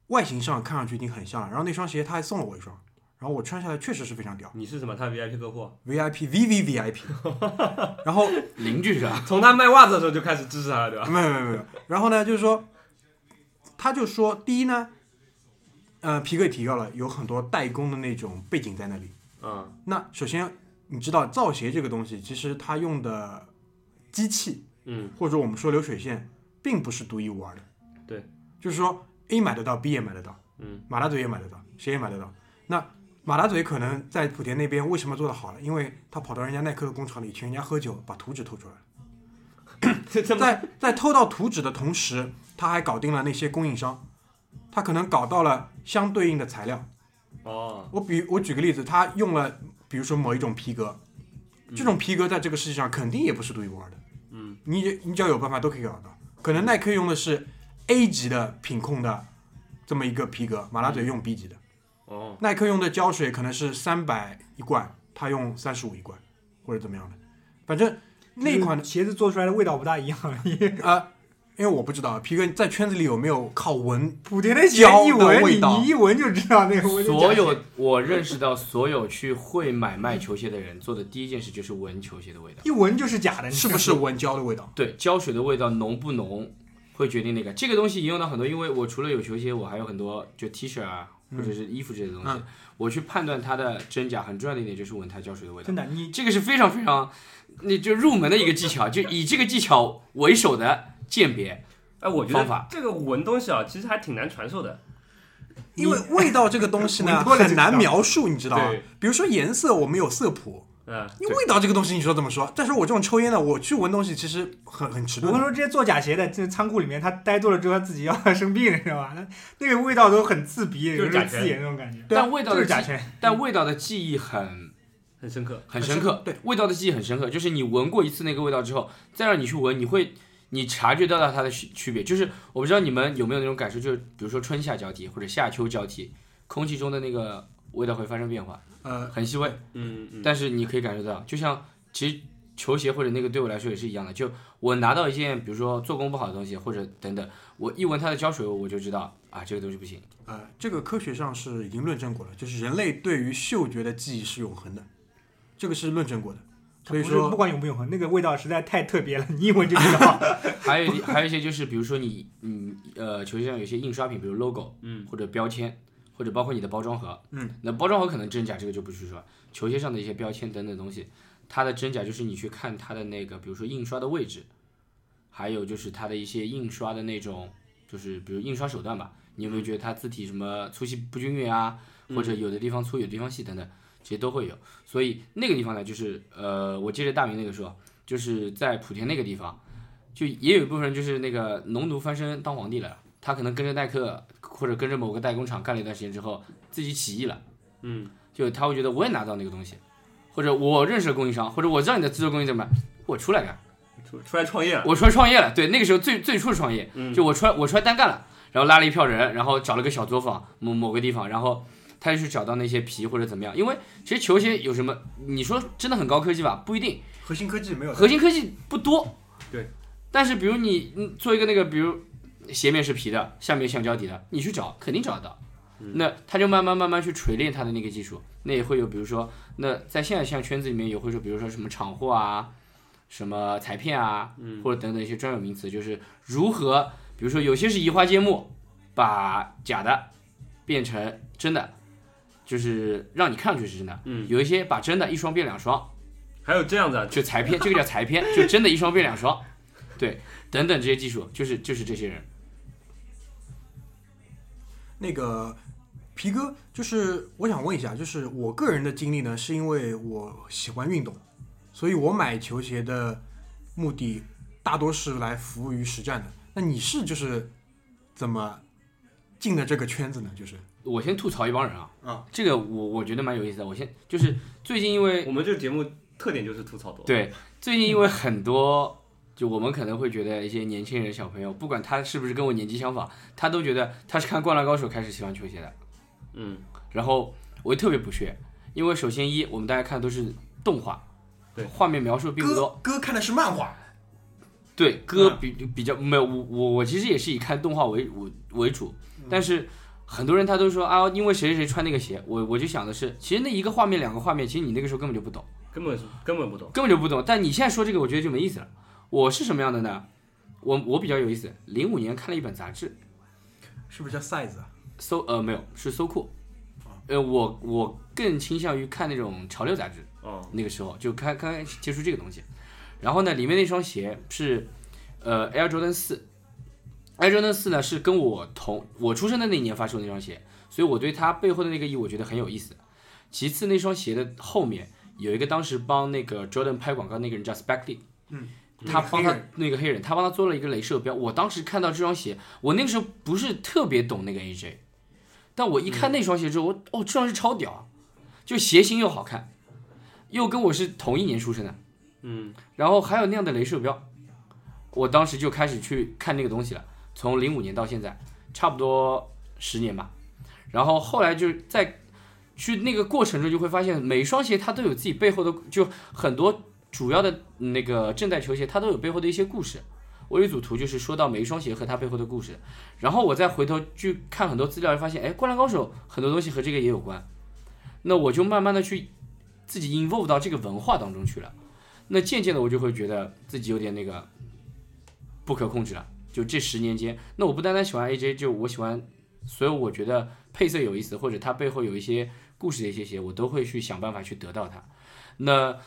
Speaker 3: 外形上看上去已经很像了，然后那双鞋他还送了我一双，然后我穿下来确实是非常屌
Speaker 5: 你是什么？他 VIP 客户， [LAUGHS]
Speaker 3: ，VIP V V V I P。然后
Speaker 4: 邻居
Speaker 5: [LAUGHS]
Speaker 4: 是吧？
Speaker 5: 从他卖袜子的时候就开始支持他了，对
Speaker 3: [LAUGHS]
Speaker 5: 吧？
Speaker 3: 没有没有没有。然后呢，就是说，他就说，第一呢，呃，皮哥也提到了，有很多代工的那种背景在那里。
Speaker 5: 嗯，
Speaker 3: 那首先你知道造鞋这个东西，其实它用的机器，
Speaker 5: 嗯，
Speaker 3: 或者我们说流水线，并不是独一无二的。
Speaker 5: 对，
Speaker 3: 就是说 A 买得到，B 也买得到，
Speaker 5: 嗯，
Speaker 3: 马大嘴也买得到，谁也买得到。那马大嘴可能在莆田那边为什么做的好了？因为他跑到人家耐克的工厂里去人家喝酒，把图纸偷出来了。
Speaker 5: 这 [LAUGHS] 这么
Speaker 3: 在在偷到图纸的同时，他还搞定了那些供应商，他可能搞到了相对应的材料。
Speaker 5: 哦，
Speaker 3: 我比我举个例子，他用了比如说某一种皮革，这种皮革在这个世界上肯定也不是独一无二的。
Speaker 5: 嗯，
Speaker 3: 你你只要有办法都可以搞得到。可能耐克用的是 A 级的品控的这么一个皮革，马拉嘴用 B 级的，
Speaker 5: 哦，
Speaker 3: 耐克用的胶水可能是三百一罐，他用三十五一罐，或者怎么样的，反正那一
Speaker 2: [LAUGHS]
Speaker 3: 款
Speaker 2: 鞋子做出来的味道不大一样而已。
Speaker 3: 啊，因为我不知道皮革在圈子里有没有靠闻，
Speaker 2: 莆田的鞋一闻，你你一闻就知道那个味道。
Speaker 4: 所有我认识到所有去会买卖球鞋的人做的第一件事就是闻球鞋的味道。
Speaker 2: 一闻就是假的，你知
Speaker 3: 是
Speaker 2: 道
Speaker 3: 不
Speaker 2: 吗
Speaker 3: 是？闻胶的味道？
Speaker 4: 对，胶水的味道浓不浓，会决定那个。这个东西引用到很多，因为我除了有球鞋，我还有很多就 T 恤啊，
Speaker 2: 嗯
Speaker 4: 或者是衣服这些东西。
Speaker 3: 嗯
Speaker 4: 我去判断它的真假，很重要的一点就是闻它胶水的味道
Speaker 2: 真。的，你
Speaker 4: 这个是非常非常，那就入门的一个技巧，就以这个技巧为首的鉴别。
Speaker 5: 哎，我觉
Speaker 4: 方法
Speaker 5: 得这个闻东西啊，其实还挺难传授的。
Speaker 3: 因为味道这个东西呢
Speaker 2: [LAUGHS] 闻多了就
Speaker 3: 很
Speaker 2: 知道
Speaker 3: 难描述，你知道吗
Speaker 5: 对？
Speaker 3: 比如说颜色，我们有色谱，
Speaker 5: 嗯，
Speaker 3: 你味道这个东西，你说怎么说？再说我这种抽烟的，我去闻东西其实很很迟
Speaker 2: 我
Speaker 3: 钝
Speaker 2: 跟你
Speaker 3: 的。
Speaker 2: 说，这些做假鞋的，这仓库里面他呆坐了之后，他自己要 [LAUGHS] 生病，你知道吧？那那个味道都很刺鼻，
Speaker 5: 就
Speaker 2: 有
Speaker 5: 是
Speaker 2: 时候
Speaker 5: 甲醛
Speaker 2: 刺眼那种感觉。
Speaker 3: 对啊
Speaker 4: 但味道
Speaker 2: 就
Speaker 4: 的
Speaker 2: 是
Speaker 4: 记
Speaker 2: 甲，醛，
Speaker 4: 但味道的记忆很
Speaker 5: 很深刻。
Speaker 3: 很
Speaker 4: 很深
Speaker 3: 深
Speaker 4: 刻，
Speaker 3: 对
Speaker 4: 味道的记忆很深刻，就是你闻过一次那个味道之后，再让你去闻，你会你察觉得到它的区区别。就是我不知道你们有没有那种感受，就是比如说春夏交替或者夏秋交替，空气中的那个味道会发生变化，
Speaker 3: 呃，
Speaker 4: 很细微，
Speaker 5: 嗯嗯，
Speaker 4: 但是你可以感受到，就像其实球鞋或者那个对我来说也是一样的，就我拿到一件比如说做工不好的东西或者等等，我一闻它的胶水味，我就知道啊这个东西不行。
Speaker 3: 呃，这个科学上是已经论证过了，就是人类对于嗅觉的记忆是永恒的，这个是论证过的。所以
Speaker 2: 不是不
Speaker 3: 说，
Speaker 2: 管永不永恒，那个味道实在太特别了，你一闻就知 [LAUGHS] 道。
Speaker 4: 还有一还有一些就是，比如说你嗯呃，球鞋上有一些印刷品，比如 logo，
Speaker 5: 嗯，
Speaker 4: 或者标签，或者包括你的包装盒，
Speaker 3: 嗯，
Speaker 4: 那包装盒可能真假这个就不去说了，球鞋上的一些标签等等东西，它的真假就是你去看它的那个，比如说印刷的位置，还有就是它的一些印刷的那种，就是比如印刷手段吧，你有没有觉得它字体什么粗细不均匀啊，或者有的地方粗，有的地方细等等，其实都会有。所以那个地方呢，就是呃，我接着大明那个说，就是在莆田那个地方，就也有一部分人就是那个农奴翻身当皇帝了，他可能跟着耐克或者跟着某个代工厂干了一段时间之后，自己起义了，
Speaker 5: 嗯，
Speaker 4: 就他会觉得我也拿到那个东西，或者我认识的供应商，或者我知道你的自作供应怎么办，我出来干。
Speaker 5: 出嗯出来创业啊了。
Speaker 4: 我出来创业了，对，那个时候最最初的创业，
Speaker 5: 嗯
Speaker 4: 就我出来我出来单干了，然后拉了一票人，然后找了个小作坊某某个地方，然后他就去找到那些皮或者怎么样，因为其实球鞋有什么，你说真的很高科技吧，不一定，
Speaker 3: 核心科技没有
Speaker 4: 核心科技不多，
Speaker 5: 对，
Speaker 4: 但是比如你嗯做一个那个，比如鞋面是皮的，下面橡胶底的，你去找肯定找得到。那他就慢慢慢慢去锤炼他的那个技术，那也会有，比如说，那在现在像圈子里面也会说，比如说什么厂货啊，什么裁片啊，或者等等一些专有名词，就是如何，比如说有些是移花接木，把假的变成真的，就是让你看上去是真的，
Speaker 5: 嗯
Speaker 4: 有一些把真的一双变两双，
Speaker 5: 还有这样子啊，
Speaker 4: 就裁片，这个叫裁片，就真的一双变两双，对，等等这些技术，就是就是这些人，
Speaker 3: 那个皮哥，就是我想问一下，就是我个人的经历呢，是因为我喜欢运动，所以我买球鞋的目的大多是来服务于实战的。那你是就是怎么进的这个圈子呢？就是
Speaker 4: 我先吐槽一帮人啊，
Speaker 3: 啊，
Speaker 4: 这个我我觉得蛮有意思的，我先就是最近因为
Speaker 5: 我们这个节目特点就是吐槽多。
Speaker 4: 对最近因为很多就我们可能会觉得一些年轻人小朋友，不管他是不是跟我年纪相仿，他都觉得他是看《灌篮高手》开始喜欢球鞋的。
Speaker 5: 嗯，
Speaker 4: 然后我就特别不屑，因为首先一我们大家看的都是动画，
Speaker 5: 对
Speaker 4: 画面描述并不多，
Speaker 3: 哥哥看的是漫画，
Speaker 4: 对歌比比较没有我我我其实也是以看动画为为为主，但是很多人他都说啊，因为谁谁谁穿那个鞋，我我就想的是，其实那一个画面两个画面，其实你那个时候根本就不懂，
Speaker 5: 根本是根本不懂。
Speaker 4: 根本就不懂。但你现在说这个，我觉得就没意思了。我是什么样的呢？我我比较有意思，零五年看了一本杂志，
Speaker 3: 是不是叫 size 啊？
Speaker 4: 搜呃没有是搜酷，呃我我更倾向于看那种潮流杂志，
Speaker 5: 哦，
Speaker 4: 那个时候就刚刚开始接触这个东西。然后呢，里面那双鞋是呃 Air Jordan 四，Air Jordan 四呢是跟我同我出生的那一年发售的那双鞋，所以我对它背后的那个意义我觉得很有意思。其次，那双鞋的后面有一个当时帮那个 Jordan 拍广告那个人叫 Speckley。他帮他嗯那个黑人，他帮他做了一个镭射标。我当时看到这双鞋，我那个时候不是特别懂那个 AJ，但我一看那双鞋之后，我哦，这双鞋超屌啊，就鞋型又好看，又跟我是同一年出生的，
Speaker 5: 嗯，
Speaker 4: 然后还有那样的镭射标，我当时就开始去看那个东西了。从零五年到现在，差不多十年吧。然后后来就是在去那个过程中，就会发现每双鞋它都有自己背后的，就很多主要的那个正代球鞋，它都有背后的一些故事。我有一组图就是说到每一双鞋和它背后的故事，然后我再回头去看很多资料，就发现，哎，《灌篮高手》很多东西和这个也有关。那我就慢慢的去自己 involve 到这个文化当中去了。那渐渐的我就会觉得自己有点那个不可控制了。就这十年间，那我不单单喜欢 AJ，就我喜欢所有我觉得配色有意思，或者它背后有一些故事的一些鞋，我都会去想办法去得到它。那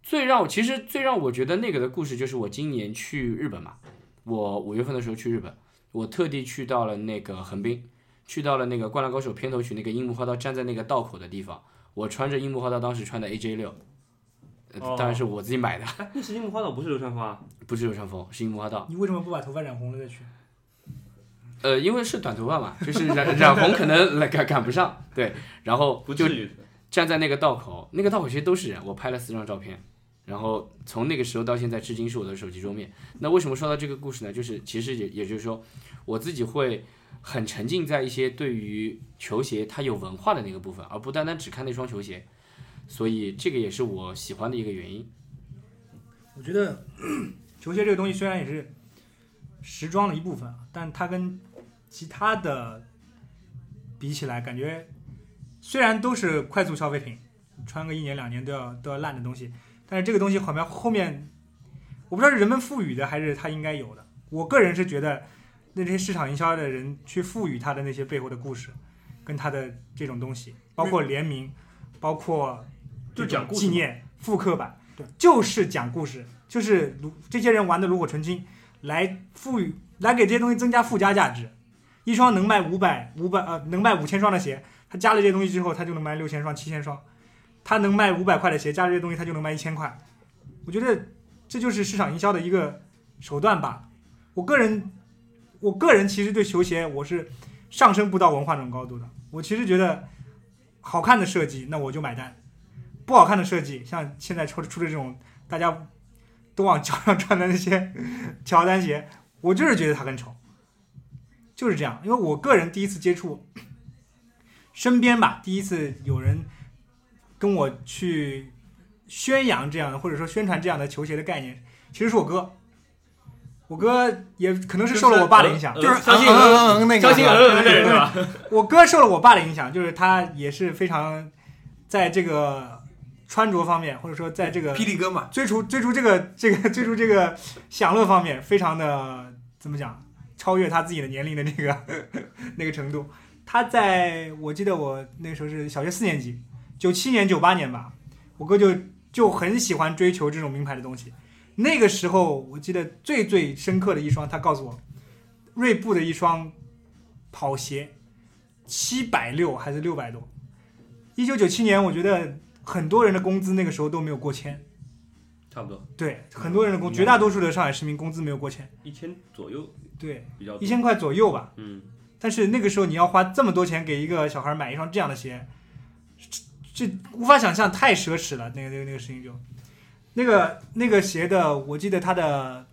Speaker 4: 最让我其实最让我觉得那个的故事，就是我今年去日本嘛，我五月份的时候去日本，我特地去到了那个横滨，去到了那个《灌篮高手》片头曲那个樱木花道站在那个道口的地方，我穿着樱木花道当时穿的 AJ 六、呃
Speaker 5: 哦
Speaker 4: 当然是我自己买的。
Speaker 5: 哎，那是樱木花道不是流川枫啊？
Speaker 4: 不是流川枫，是樱木花道。
Speaker 2: 你为什么不把头发染红了再去？
Speaker 4: 呃，因为是短头发嘛，就是染染红可能来赶赶不上，对。然后
Speaker 5: 不
Speaker 4: 就
Speaker 5: 至于。
Speaker 4: 站在那个道口，那个道口其实都是人，我拍了四张照片。然后从那个时候到现在，至今是我的手机桌面。那为什么说到这个故事呢？就是其实也也就是说，我自己会很沉浸在一些对于球鞋它有文化的那个部分，而不单单只看那双球鞋。所以这个也是我喜欢的一个原因。
Speaker 2: 我觉得球鞋这个东西虽然也是时装的一部分啊，但它跟其他的比起来，感觉虽然都是快速消费品，穿个一年两年都要都要烂的东西，但是这个东西好像后面我不知道是人们赋予的还是它应该有的。我个人是觉得，那些市场营销的人去赋予它的那些背后的故事，跟它的这种东西，包括联名，包括
Speaker 5: 就讲故事
Speaker 2: 纪
Speaker 5: 嘛
Speaker 2: 念复刻版。
Speaker 3: 对
Speaker 2: 就是讲故事，就是炉这些人玩的炉火纯青，来赋予来给这些东西增加附加价值。一双能卖五百五百呃能卖五千双的鞋，他加了这些东西之后，他就能卖六千双七千双。他能卖五百块的鞋，加了这些东西，他就能卖一千块。我觉得这就是市场营销的一个手段吧。我个人，我个人其实对球鞋我是上升不到文化那种高度的。我其实觉得好看的设计，那我就买单；不好看的设计，像现在出出的这种大家都往脚上穿的那些 [LAUGHS] 乔丹鞋，我就是觉得它很丑，就是这样。因为我个人第一次接触， [COUGHS] 身边吧，第一次有人跟我去宣扬这样的，或者说宣传这样的球鞋的概念，其实是我哥。我哥也可能是受了我爸的影响，
Speaker 5: 就
Speaker 3: 就是
Speaker 5: 相信
Speaker 3: 嗯嗯嗯嗯那个
Speaker 5: 相信
Speaker 3: 嗯
Speaker 5: 嗯嗯对是吧？
Speaker 2: 我哥受了我爸的影响，就是他也是非常在这个穿着方面，或者说在这个
Speaker 3: 霹雳哥嘛，
Speaker 2: 追逐追逐这个这个追逐这个享乐方面，非常的怎么讲，超越他自己的年龄的那个 [LAUGHS] 那个程度。他在我记得我那时候是小学四年级，九七年九八年吧，我哥就就很喜欢追求这种名牌的东西。那个时候我记得最最深刻的一双，他告诉我，锐步的一双跑鞋，七百六还是六百多。一九九七年，我觉得很多人的工资那个时候都没有过千。
Speaker 5: 差不多
Speaker 2: 对，很多人的工，绝大多数的上海市民工资没有过千，
Speaker 5: 一千左右
Speaker 2: 对，
Speaker 5: 比较多
Speaker 2: 一。千块左右吧。
Speaker 5: 嗯，
Speaker 2: 但是那个时候你要花这么多钱给一个小孩买一双这样的鞋，这这无法想象，太奢侈了。那个那个那个事情就，那个那个鞋的，我记得它的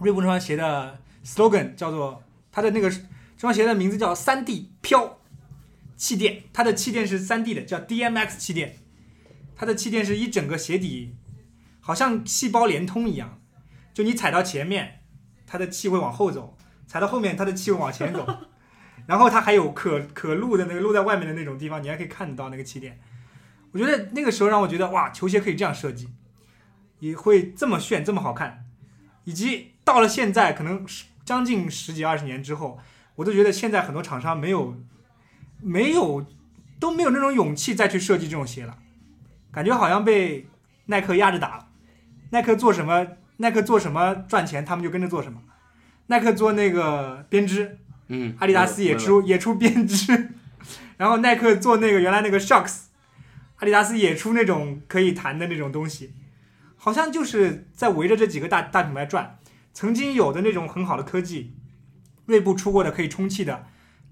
Speaker 2: 锐步那双鞋的 slogan 叫做它的那个这双鞋的名字叫三 D 飘气垫，它的气垫是三 D 的，叫 DMX 气垫，它的气垫是一整个鞋底，好像细胞连通一样，就你踩到前面，它的气会往后走；踩到后面，它的气会往前走。然后它还有可可露的那个露在外面的那种地方，你还可以看得到那个气垫。我觉得那个时候让我觉得哇，球鞋可以这样设计，也会这么炫，这么好看。以及到了现在，可能十将近十几二十年之后，我都觉得现在很多厂商没有没有都没有那种勇气再去设计这种鞋了，感觉好像被耐克压着打了。耐克做什么，耐克做什么赚钱，他们就跟着做什么。耐克做那个编织，
Speaker 4: 嗯，
Speaker 2: 阿迪达斯也出也出编织， [LAUGHS] 然后耐克做那个原来那个 Shocks，阿迪达斯也出那种可以弹的那种东西，好像就是在围着这几个大大品牌转。曾经有的那种很好的科技，锐步出过的可以充气的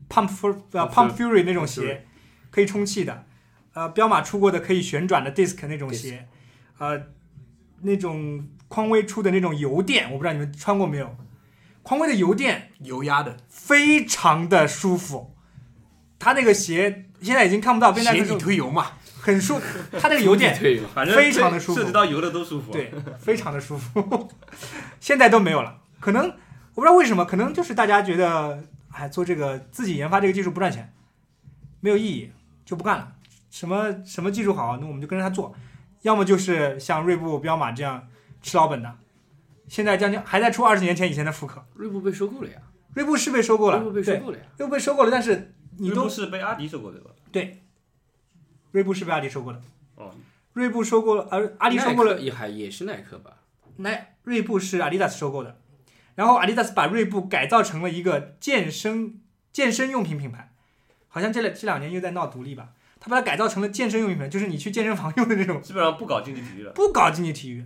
Speaker 2: Pump Fu 呃 Pump
Speaker 4: Pump
Speaker 2: Fury 那种鞋，可以充气的，呃，彪马出过的可以旋转的 Disc 那种鞋，呃，那种匡威出的那种油垫，我不知道你们穿过没有？匡威的油垫
Speaker 3: 油压的
Speaker 2: 非常的舒服。它那个鞋现在已经看不到，被耐
Speaker 3: 鞋
Speaker 2: 克
Speaker 3: 底
Speaker 2: 说
Speaker 3: 推油嘛，
Speaker 2: 很舒服。它那个油垫
Speaker 4: 对了，
Speaker 5: 反正
Speaker 2: 非常的舒服
Speaker 5: 涉及到油的都舒服。，啊
Speaker 2: 对非常的舒服， [LAUGHS] 现在都没有了。可能我不知道为什么，可能就是大家觉得哎做这个自己研发这个技术不赚钱，没有意义，就不干了。什么什么技术好，那我们就跟着他做。要么就是像锐步、彪马这样吃老本的，现在将近还在出二十年前以前的复刻。
Speaker 4: 锐步被收购了呀，
Speaker 2: 锐步是被收购
Speaker 4: 锐
Speaker 2: 了，
Speaker 4: 步被收
Speaker 2: 对，
Speaker 4: 购了呀，
Speaker 2: 锐步被收购了，但是你
Speaker 5: 你
Speaker 2: 都
Speaker 5: 都是被阿迪收购的吧？
Speaker 2: 锐步是被阿迪收购的。
Speaker 5: 哦，
Speaker 2: 锐步收购了，呃，阿迪收购
Speaker 4: 耐
Speaker 2: 了，
Speaker 4: 克也还也是耐克吧？
Speaker 2: 耐锐步是阿迪达斯收购的，然后阿迪达斯把锐步改造成了一个健身健身用品品牌，好像这两这两年又在闹独立吧，他把它改造成了健身用品品牌，就是你去健身房用的那种，
Speaker 5: 基本上不搞竞技体育了。
Speaker 2: 不搞竞技体育，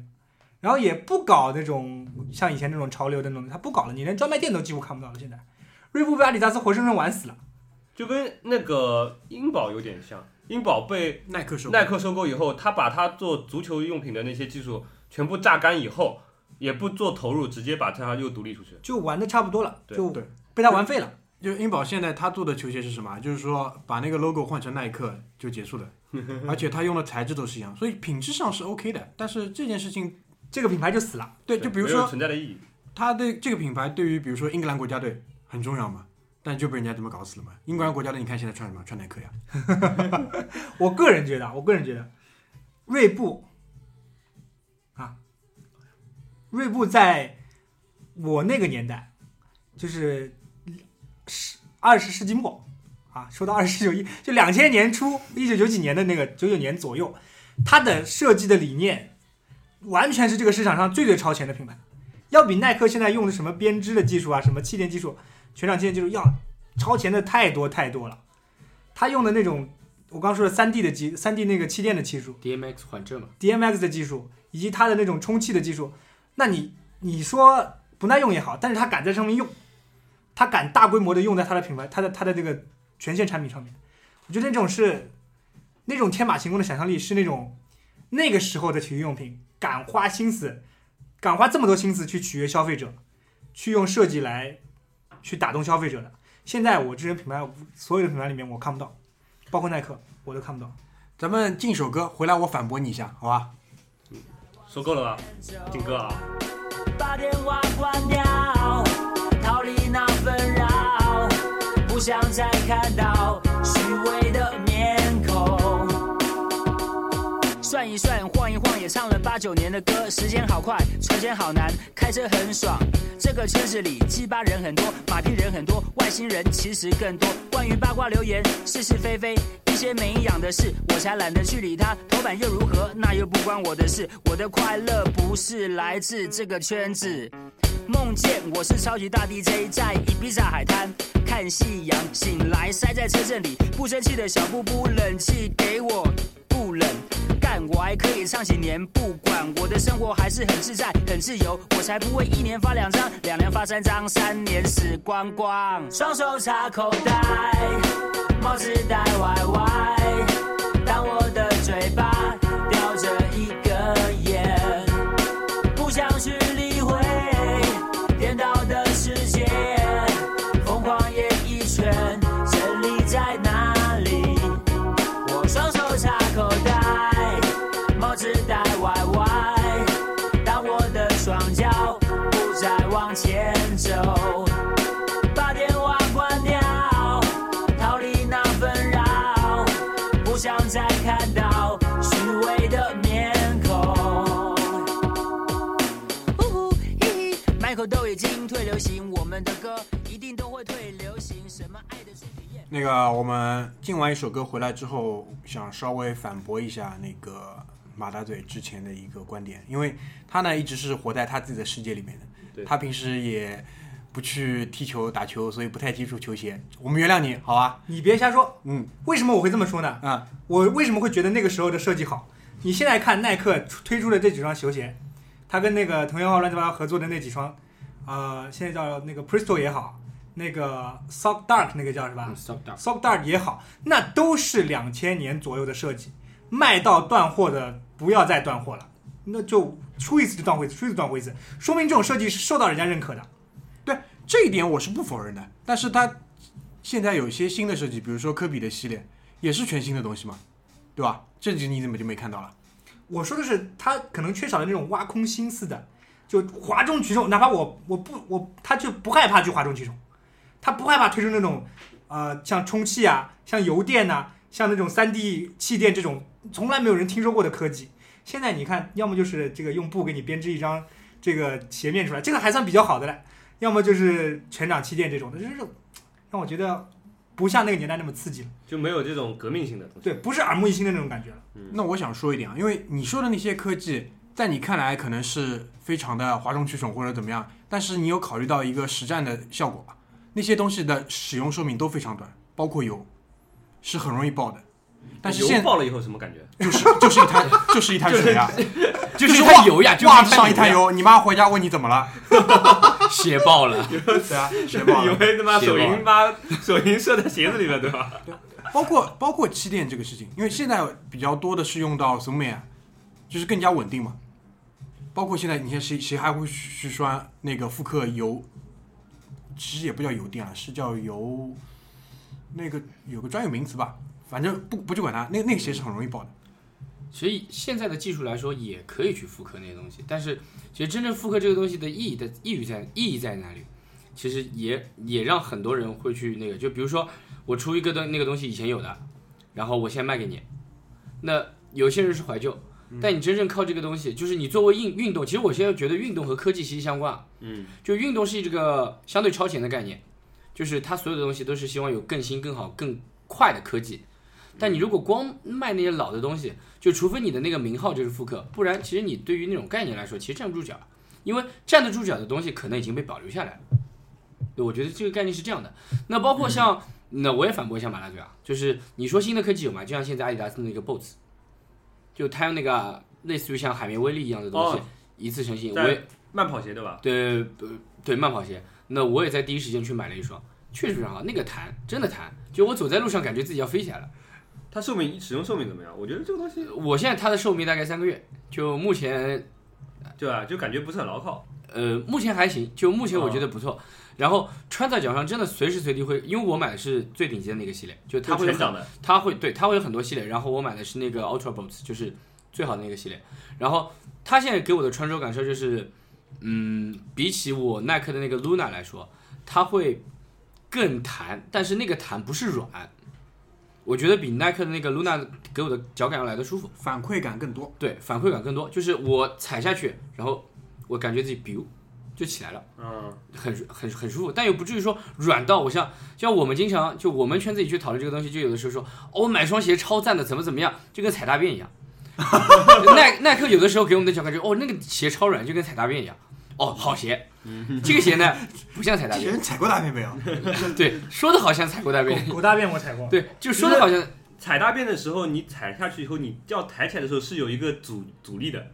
Speaker 2: 然后也不搞那种像以前那种潮流的那种，他不搞了，你连专卖店都几乎看不到了。现在，锐步被阿迪达斯活生生玩死了，
Speaker 5: 就跟那个英宝有点像，英宝被
Speaker 3: 耐克手
Speaker 5: 耐克收购以后，他把他做足球用品的那些技术全部榨干以后，也不做投入，直接把它又独立出去。
Speaker 2: 就玩的差不多了，
Speaker 5: 对
Speaker 2: 就
Speaker 3: 对
Speaker 2: 被他玩废了。
Speaker 3: 就英宝现在他做的球鞋是什么啊？就是说把那个 logo 换成耐克就结
Speaker 5: [LAUGHS]
Speaker 3: 束了，而且他用的材质都是一样，所以品质上是 OK 的。但是这件事情，
Speaker 2: 这个品牌就死了，
Speaker 3: 对，就比如
Speaker 5: 没有
Speaker 3: 说
Speaker 5: 存在的意义，
Speaker 3: 他对这个品牌对于比如说英格兰国家队很重要嘛，但就被人家这么搞死了嘛。英格兰国家队你看现在穿什么？穿耐克呀。
Speaker 2: 我个人觉得啊，我个人觉得，锐步啊，锐步在我那个年代，就是十二十世纪末啊，说到二十九一，就两千年初，一九九几年的那个九九年左右，它的设计的理念完全是这个市场上最最超前的品牌，要比耐克现在用的什么编织的技术啊，什么气垫技术、全掌气垫技术要超前的太多太多了。他用的那种我刚说的三 D 的技，三 D 那个气垫的技术
Speaker 4: ，DMX 缓震嘛，
Speaker 2: ，DMX 的技术，以及它的那种充气的技术，那你你说不耐用也好，但是它敢在上面用，它敢大规模的用在它的品牌，它的它的这个全线产品上面，我觉得那种是那种天马行空的想象力，是那种那个时候的体育用品敢花心思，敢花这么多心思去取悦消费者，去用设计来去打动消费者的。现在我这些品牌，所有的品牌里面我看不到，包括耐克，我都看不到。
Speaker 3: 咱们进首歌回来，我反驳你一下，好吧？
Speaker 5: 收购了吧，金哥啊？
Speaker 1: 把电话关掉，逃离那纷扰，不想再看到虚伪的面孔。算一算，晃一晃，也唱了八九年的歌，时间好快，存钱好难，开车很爽。这个圈子里，鸡巴人很多，马屁人很多，外星人其实更多。关于八卦流言、是是非非，一些没营养的事，我才懒得去理它。头版又如何？那又不关我的事。我的快乐不是来自这个圈子。梦见我是超级大 DJ，在伊比萨海滩看夕阳，醒来塞在车阵里，不生气的小布布，冷气给我不冷。干我还可以唱几年，不管我的生活还是很自在、很自由，我才不会一年发两张，两年发三张，三年死光光。双手插口袋，帽子戴歪歪，当我的嘴巴叼着一根烟。不想去理会看到虚伪的面孔。呼呼嘿嘿，麦克都已经退流行，我们的歌一定都会退流行。什么爱的是体验？
Speaker 3: 那个，我们进完一首歌回来之后，想稍微反驳一下那个马大嘴之前的一个观点，因为他呢一直是活在他自己的世界里面的，
Speaker 5: 对
Speaker 3: 他平时也不去踢球打球，所以不太接触球鞋。我们原谅你，好吧？
Speaker 2: 你别瞎说。
Speaker 3: 嗯
Speaker 2: 为什么我会这么说呢？
Speaker 3: 啊，
Speaker 2: 我为什么会觉得那个时候的设计好？你现在看耐克推出的这几双球鞋，它跟那个藤原浩乱七八糟合作的那几双，呃，现在叫那个 Presto 也好，那个 Sock Dark 那个叫是吧？
Speaker 4: 嗯，stop down。
Speaker 2: Sock Dart 也好，那都是两千年左右的设计，卖到断货的不要再断货了，那就出一次就断货一次，出一次断货一次，说明这种设计是受到人家认可的。
Speaker 3: 这一点我是不否认的。但是他现在有一些新的设计，比如说科比的系列，也是全新的东西嘛，对吧？这集你怎么就没看到了？
Speaker 2: 我说的是他可能缺少了那种挖空心思的，就哗众取宠，哪怕我我不我他就不害怕去哗众取宠，他不害怕推出那种呃像充气啊、像油电呐、像那种三 D 气垫这种从来没有人听说过的科技。现在你看，要么就是这个用布给你编织一张这个鞋面出来，这个还算比较好的了；要么就是全掌气垫这种的，就是让我觉得不像那个年代那么刺激了，
Speaker 5: 就没有这种革命性的东西。
Speaker 2: 对，不是耳目一新的那种感觉了。
Speaker 3: 那我想说一点啊，因为你说的那些科技，在你看来可能是非常的哗众取宠或者怎么样，但是你有考虑到一个实战的效果吧？那些东西的使用寿命都非常短，包括油，是很容易爆的。但是
Speaker 5: 油
Speaker 3: 现
Speaker 5: 爆了以后什么感觉？
Speaker 3: 就是就是一滩就是一滩水啊，
Speaker 4: 就是
Speaker 3: 是
Speaker 4: 一滩
Speaker 3: 袜
Speaker 4: 油呀就是
Speaker 3: 袜
Speaker 4: 一
Speaker 3: 子
Speaker 4: 滩
Speaker 3: 上一
Speaker 4: 油
Speaker 3: 滩
Speaker 4: 呀
Speaker 3: 油，你妈回家问你怎么了？
Speaker 4: [LAUGHS] 写爆了，
Speaker 3: 对啊，学爆
Speaker 5: 有
Speaker 3: 了。
Speaker 5: 人他妈
Speaker 4: 鞋爆
Speaker 5: 手
Speaker 4: 了
Speaker 5: 淫把手淫射在鞋子里面，对吧？
Speaker 3: 包括包括气垫这个事情，因为现在比较多的是用到 s u m a 就是更加稳定嘛。包括现在，你看谁谁还会去去刷那个复刻油，其实也不叫油垫啊，是叫油，那个有个专有名词吧，反正不不去管它，那那个鞋是很容易爆的。
Speaker 4: 所以现在的技术来说，也可以去复刻那些东西。但是，其实真正复刻这个东西的意义的意义在意义在哪里？其实也也让很多人会去那个，就比如说我出一个东那个东西以前有的，然后我现在卖给你，那有些人是怀旧，
Speaker 3: 嗯
Speaker 4: 但你真正靠这个东西，就是你作为运运动，其实我现在觉得运动和科技息息相关啊。
Speaker 5: 嗯，
Speaker 4: 就运动是这个相对超前的概念，就是它所有的东西都是希望有更新、更好、更快的科技。但你如果光卖那些老的东西，就除非你的那个名号就是复刻，不然其实你对于那种概念来说，其实站不住脚，因为站得住脚的东西可能已经被保留下来了。对，我觉得这个概念是这样的。那包括像，那我也反驳一下马大嘴啊，就是你说新的科技有吗？就像现在阿迪达斯的那个 BOSS，就它用那个类似于像海绵威力一样的东西，
Speaker 5: 哦
Speaker 4: 一次成型，我也
Speaker 5: 在慢跑鞋对吧？
Speaker 4: 对，呃对慢跑鞋，那我也在第一时间去买了一双，确实非常好，那个弹真的弹，就我走在路上感觉自己要飞起来了。
Speaker 5: 它寿命使用寿命怎么样？我觉得这个东西
Speaker 4: 我现在它的寿命大概三个月，就目前
Speaker 5: 对吧，就感觉不是很牢靠。
Speaker 4: 呃目前还行，就目前我觉得不错。然后穿在脚上真的随时随地会，因为我买的是最顶级的那个系列，就它
Speaker 5: 它
Speaker 4: 会有
Speaker 5: 全
Speaker 4: 很
Speaker 5: 长的，
Speaker 4: 它会对它会有很多系列，然后我买的是那个 Ultra Boots，就是最好的那个系列。然后它现在给我的穿着感受就是，嗯，比起我耐克的那个 Luna 来说，它会更弹，但是那个弹不是软，我觉得比耐克的那个 Luna 给我的脚感要来的舒服，
Speaker 3: 反馈感更多，
Speaker 4: 对，反馈感更多，就是我踩下去，然后我感觉自己 biu 就起来了。
Speaker 5: 嗯，
Speaker 4: 很很很舒服，但又不至于说软到我像像我们经常就我们圈子里去讨论这个东西，就有的时候说哦，我买双鞋超赞的，怎么怎么样，就跟踩
Speaker 2: [LAUGHS]
Speaker 4: 大便一样。耐耐克有的时候给我们的脚感觉哦，那个鞋超软，就跟踩大便一样。哦，好鞋，
Speaker 2: 嗯
Speaker 4: 这个
Speaker 2: [LAUGHS]
Speaker 4: 鞋呢不像踩大
Speaker 3: 这些
Speaker 4: 便，
Speaker 3: 人踩过大
Speaker 4: [LAUGHS]
Speaker 3: 便没有？
Speaker 4: 对，说的好像踩过大便，
Speaker 2: 狗狗嗯大便我踩过，
Speaker 4: 对，就说
Speaker 2: [LAUGHS]
Speaker 4: 的好像
Speaker 5: 踩大便的时候，你踩下去以后，你要抬起来的时候是有一个阻阻力的。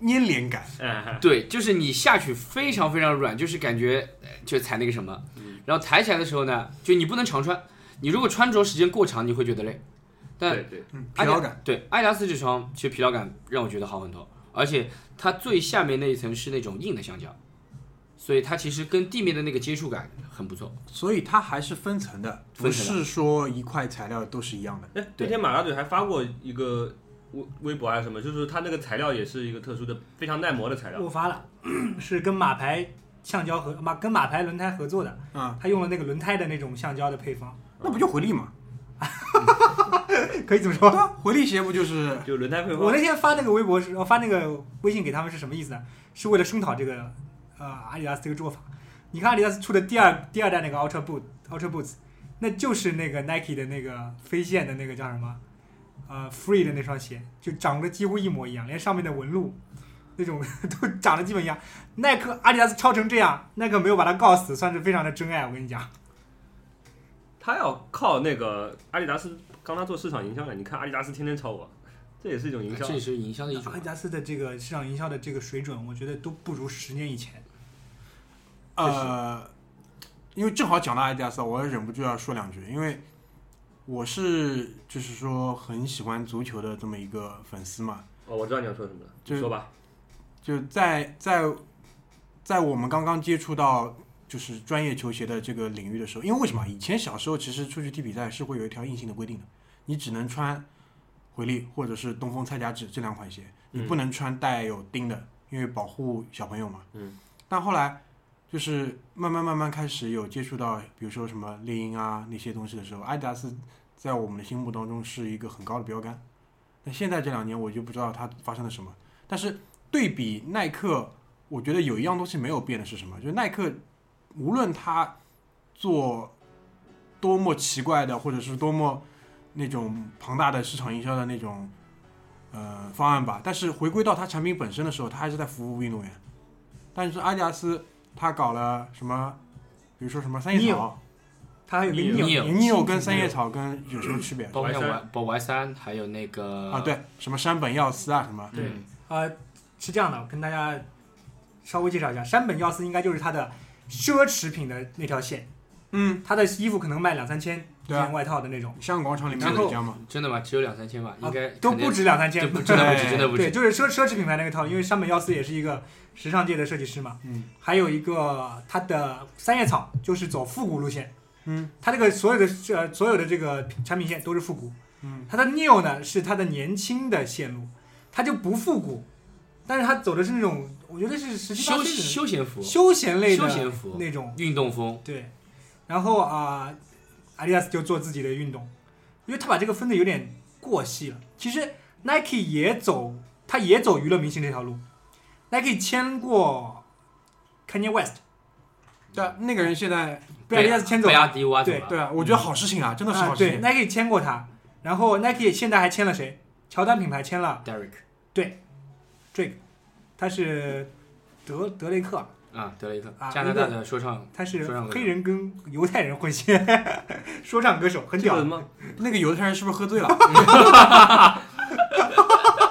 Speaker 3: 粘连感，
Speaker 5: 哎，
Speaker 4: 对，就是你下去非常非常软，就是感觉呃就踩那个什么，
Speaker 2: 嗯
Speaker 4: 然后抬起来的时候呢，就你不能常穿，你如果穿着时间过长，你会觉得累，但
Speaker 5: 对哎对，
Speaker 3: 嗯，疲
Speaker 4: 阿迪
Speaker 3: 劳感。
Speaker 4: 对，阿迪达斯这双其实疲劳感让我觉得好很多，而且它最下面那一层是那种硬的橡胶，所以它其实跟地面的那个接触感很不错。
Speaker 3: 所以它还是分层的，不
Speaker 4: 分层
Speaker 3: 是
Speaker 4: 的
Speaker 3: 说一块材料都是一样的。
Speaker 5: 哎，那天马大嘴还发过一个微微博还啊是什么，就是它那个材料也是一个特殊的、非常耐磨的材料
Speaker 2: 我。发了， [CLEARS THROAT] 是跟马牌橡胶合马跟马牌轮胎合作的，
Speaker 3: 啊、
Speaker 2: 他用了那个轮胎的那种橡胶的配方，
Speaker 3: 那不就回力嘛？
Speaker 2: 可以这么
Speaker 3: 对
Speaker 2: 说。
Speaker 3: 啊，回力鞋不就是
Speaker 5: 就轮胎配
Speaker 2: 我
Speaker 5: 方
Speaker 2: 那。天发那个微博是，呃我发那个微信给他们是什么意思呢？是为了声讨这个呃阿迪达斯这个做法。你看阿迪达斯出的第二第二代那个 Ultra Boot Ultra Boots，那就是那个 Nike 的那个飞线的那个叫什么呃 Free 的那双鞋，就长得几乎一模一样，连上面的纹路那种 [LAUGHS] 都长得基本一样。耐克阿迪达斯抄成这样，耐克没有把它告死，算是非常的真爱。我跟你讲，
Speaker 5: 他要靠那个阿迪达斯刚他做市场营销了，你看阿迪达斯天天抄我，这也是一种营销
Speaker 4: 这。也是营销的一种
Speaker 2: 阿迪。达斯的这个市场营销的这个水准，我觉得都不如十年以前。
Speaker 3: 呃，因为正好讲到阿迪达斯，我也忍不住要说两句，因为我是就是说很喜欢足球的这么一个粉丝嘛，
Speaker 5: 哦，我知道你要说什么了，
Speaker 3: 就
Speaker 5: 你
Speaker 3: 是
Speaker 5: 说吧。
Speaker 3: 就在在在我们刚刚接触到就是专业球鞋的这个领域的时候，因为为什么啊以前小时候其实出去踢比赛是会有一条硬性的规定的，你只能穿回力或者是东风菜夹指这两款鞋，你
Speaker 5: 嗯
Speaker 3: 不能穿带有钉的，因为保护小朋友嘛。
Speaker 5: 嗯。
Speaker 3: 但后来就是慢慢慢慢开始有接触到，比如说什么猎鹰啊那些东西的时候，阿迪达斯在我们的心目当中是一个很高的标杆。但现在这两年我就不知道它发生了什么，但是对比耐克，我觉得有一样东西没有变的是什么？就是耐克，无论他做多么奇怪的，或者是多么那种庞大的市场营销的那种呃方案吧，但是回归到它产品本身的时候，它还是在服务运动员。但是阿迪达斯他搞了什么？比如说什么三叶草，
Speaker 2: 它还有个
Speaker 5: 你有
Speaker 2: 逆
Speaker 4: 你有
Speaker 3: 你有跟三叶草跟有什么区别
Speaker 4: 包括像
Speaker 5: Y3
Speaker 4: Y 包 Y 三，还有那个
Speaker 3: 啊？，对，什么山本耀司啊什么？
Speaker 4: 对
Speaker 5: 嗯
Speaker 2: 呃，是这样的，我跟大家稍微介绍一下，山本耀司应该就是它的奢侈品的那条线，
Speaker 3: 嗯，
Speaker 2: 它的衣服可能卖两三千一
Speaker 3: 对啊
Speaker 2: 件外套的那种，
Speaker 3: 香港广场里面
Speaker 4: 然
Speaker 3: 有
Speaker 4: 后
Speaker 3: 一家嘛，
Speaker 4: 嗯真的吗？只有两三千吧，应该
Speaker 2: 啊都
Speaker 4: 肯定
Speaker 2: 不止两三
Speaker 4: 这
Speaker 2: 千
Speaker 4: 不，真的不止，
Speaker 3: 哎
Speaker 4: 真的不
Speaker 2: 对，
Speaker 4: 止。
Speaker 2: 就是奢奢侈品牌那个套，因为山本耀司也是一个时尚界的设计师嘛，
Speaker 3: 嗯，
Speaker 2: 还有一个它的三叶草就是走复古路线，
Speaker 3: 嗯，
Speaker 2: 它这个所有的呃所有的这个产品线都是复古，
Speaker 3: 嗯，
Speaker 2: 它的 new 呢是它的年轻的线路，它就不复古，但是它走的是那种我觉得是十七八岁
Speaker 4: 休
Speaker 2: 的人
Speaker 4: 休闲服、
Speaker 2: 休闲类的
Speaker 4: 休闲服
Speaker 2: 那种，
Speaker 4: 运动风，
Speaker 2: 对。然后啊，阿迪达斯就做自己的运动，因为他把这个分的有点过细了。其实 Nike 也走，他也走娱乐明星这条路。Nike 签过 Kanye West，
Speaker 3: 对，啊那个人现在
Speaker 2: 被阿迪达斯签走
Speaker 4: 被阿
Speaker 2: 了。
Speaker 4: 迪挖走了。
Speaker 3: 对啊，我觉得好事情啊，真的是
Speaker 2: 啊
Speaker 3: 好，事
Speaker 2: 对
Speaker 3: 情。
Speaker 2: ，Nike 签过他。然后 Nike 现在还签了谁？乔丹品牌签了
Speaker 4: Derek
Speaker 2: Drake，他是德德雷克，
Speaker 4: 啊，德雷克，
Speaker 2: 啊
Speaker 4: 加拿大的说唱，
Speaker 2: 他是
Speaker 4: 说唱歌手
Speaker 2: 黑人跟犹太人混血， [LAUGHS] 说唱歌手，很
Speaker 5: 这
Speaker 2: 屌
Speaker 5: 个什。么
Speaker 3: 那个犹太人是不是喝醉了？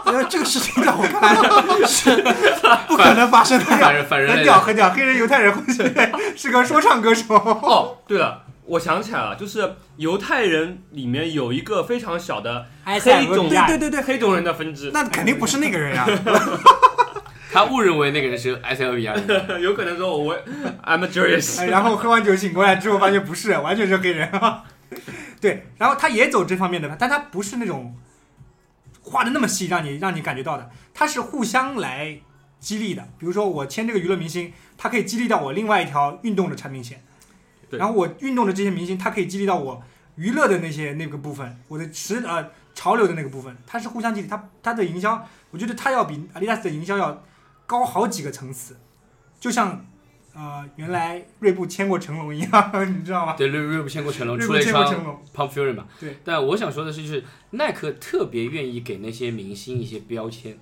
Speaker 3: 因为这个事情在我看来是不可能发生的。
Speaker 4: 反人反人
Speaker 2: 很
Speaker 4: 类
Speaker 2: 屌
Speaker 4: 的。
Speaker 2: 很屌，黑人犹太人混血是个说唱歌手。
Speaker 5: 哦，对了，我想起来了，就是犹太人里面有一个非常小的黑种，
Speaker 2: 对
Speaker 5: 对对对，黑种人的分支，
Speaker 3: 那肯定不是那个人呀、
Speaker 4: 他误认为那个人是埃塞俄比
Speaker 2: [LAUGHS]
Speaker 4: 亚人，
Speaker 5: [LAUGHS] 有可能说我 [LAUGHS] I'm a Jewish，
Speaker 2: 哎然后喝完酒醒过来之后，发现不是，完全是黑人。对，然后他也走这方面的，但他不是那种画的那么细，让你让你感觉到的，他是互相来激励的。比如说我签这个娱乐明星，他可以激励到我另外一条运动的产品线，
Speaker 5: 对
Speaker 2: 然后我运动的这些明星，他可以激励到我娱乐的那些那个部分，我的时呃潮流的那个部分，它是互相激励。它它的营销，我觉得它要比阿迪达斯的营销要高好几个层次，就像。呃，原来锐步签过成龙一样， [LAUGHS] 你知道吗？
Speaker 4: 对，瑞瑞布签过成龙，
Speaker 2: 锐
Speaker 4: 出
Speaker 2: 步
Speaker 4: 了一
Speaker 2: 签过
Speaker 4: 双
Speaker 2: 成龙，
Speaker 4: Pump Fury 嘛。
Speaker 2: 对。
Speaker 4: 但我想说的是，就是耐克特别愿意给那些明星一些标签，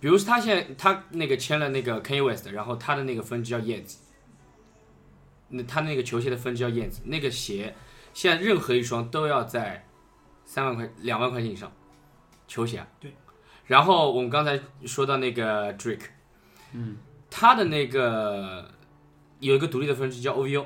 Speaker 4: 比如说他现在他那个签了那个 Kanye West，然后他的那个分支叫燕子，那他那个球鞋的分支叫燕子，那个鞋现在任何一双都要在三万块两万块钱以上，球鞋、啊。
Speaker 2: 对。
Speaker 4: 然后我们刚才说到那个 Drake，
Speaker 5: 嗯，
Speaker 4: 他的那个有一个独立的分支叫 OVO，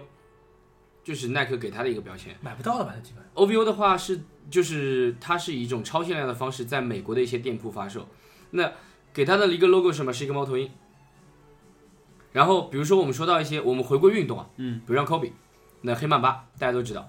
Speaker 4: 就是耐克给他的一个标签。
Speaker 2: 买不到了吧？基本
Speaker 4: OVO 的话是就是它是以一种超限量的方式在美国的一些店铺发售。那给它的一个 logo 是什么？是一个猫头鹰。然后比如说我们说到一些我们回归运动啊，
Speaker 5: 嗯，
Speaker 4: 比如像 Kobe，那黑曼巴大家都知道，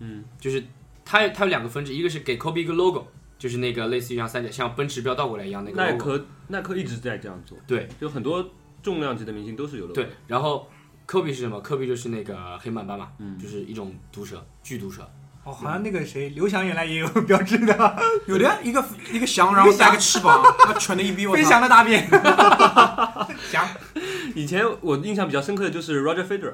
Speaker 5: 嗯，
Speaker 4: 就是它它有两个分支，一个是给 Kobe 一个 logo，就是那个类似于像三角像奔驰标倒过来一样那个
Speaker 5: [LAUGHS] 耐
Speaker 4: logo，
Speaker 5: 克耐克一直在这样做，
Speaker 4: 对
Speaker 5: 就很多重量级的明星都是有的，
Speaker 4: 对，，然后 Kobe 是什么？Kobe 就是那个黑曼巴嘛，
Speaker 5: 嗯
Speaker 4: 就是一种毒蛇，剧毒蛇。
Speaker 2: 哦，好像那个谁，刘翔原来也有标志 [LAUGHS] 的，
Speaker 3: 有的呀一个一个翔，然后带个翅膀，他蠢的一逼我
Speaker 2: 飞
Speaker 3: 操！
Speaker 2: 翔的大便，翔，
Speaker 5: 以前我印象比较深刻的就是 Roger Federer，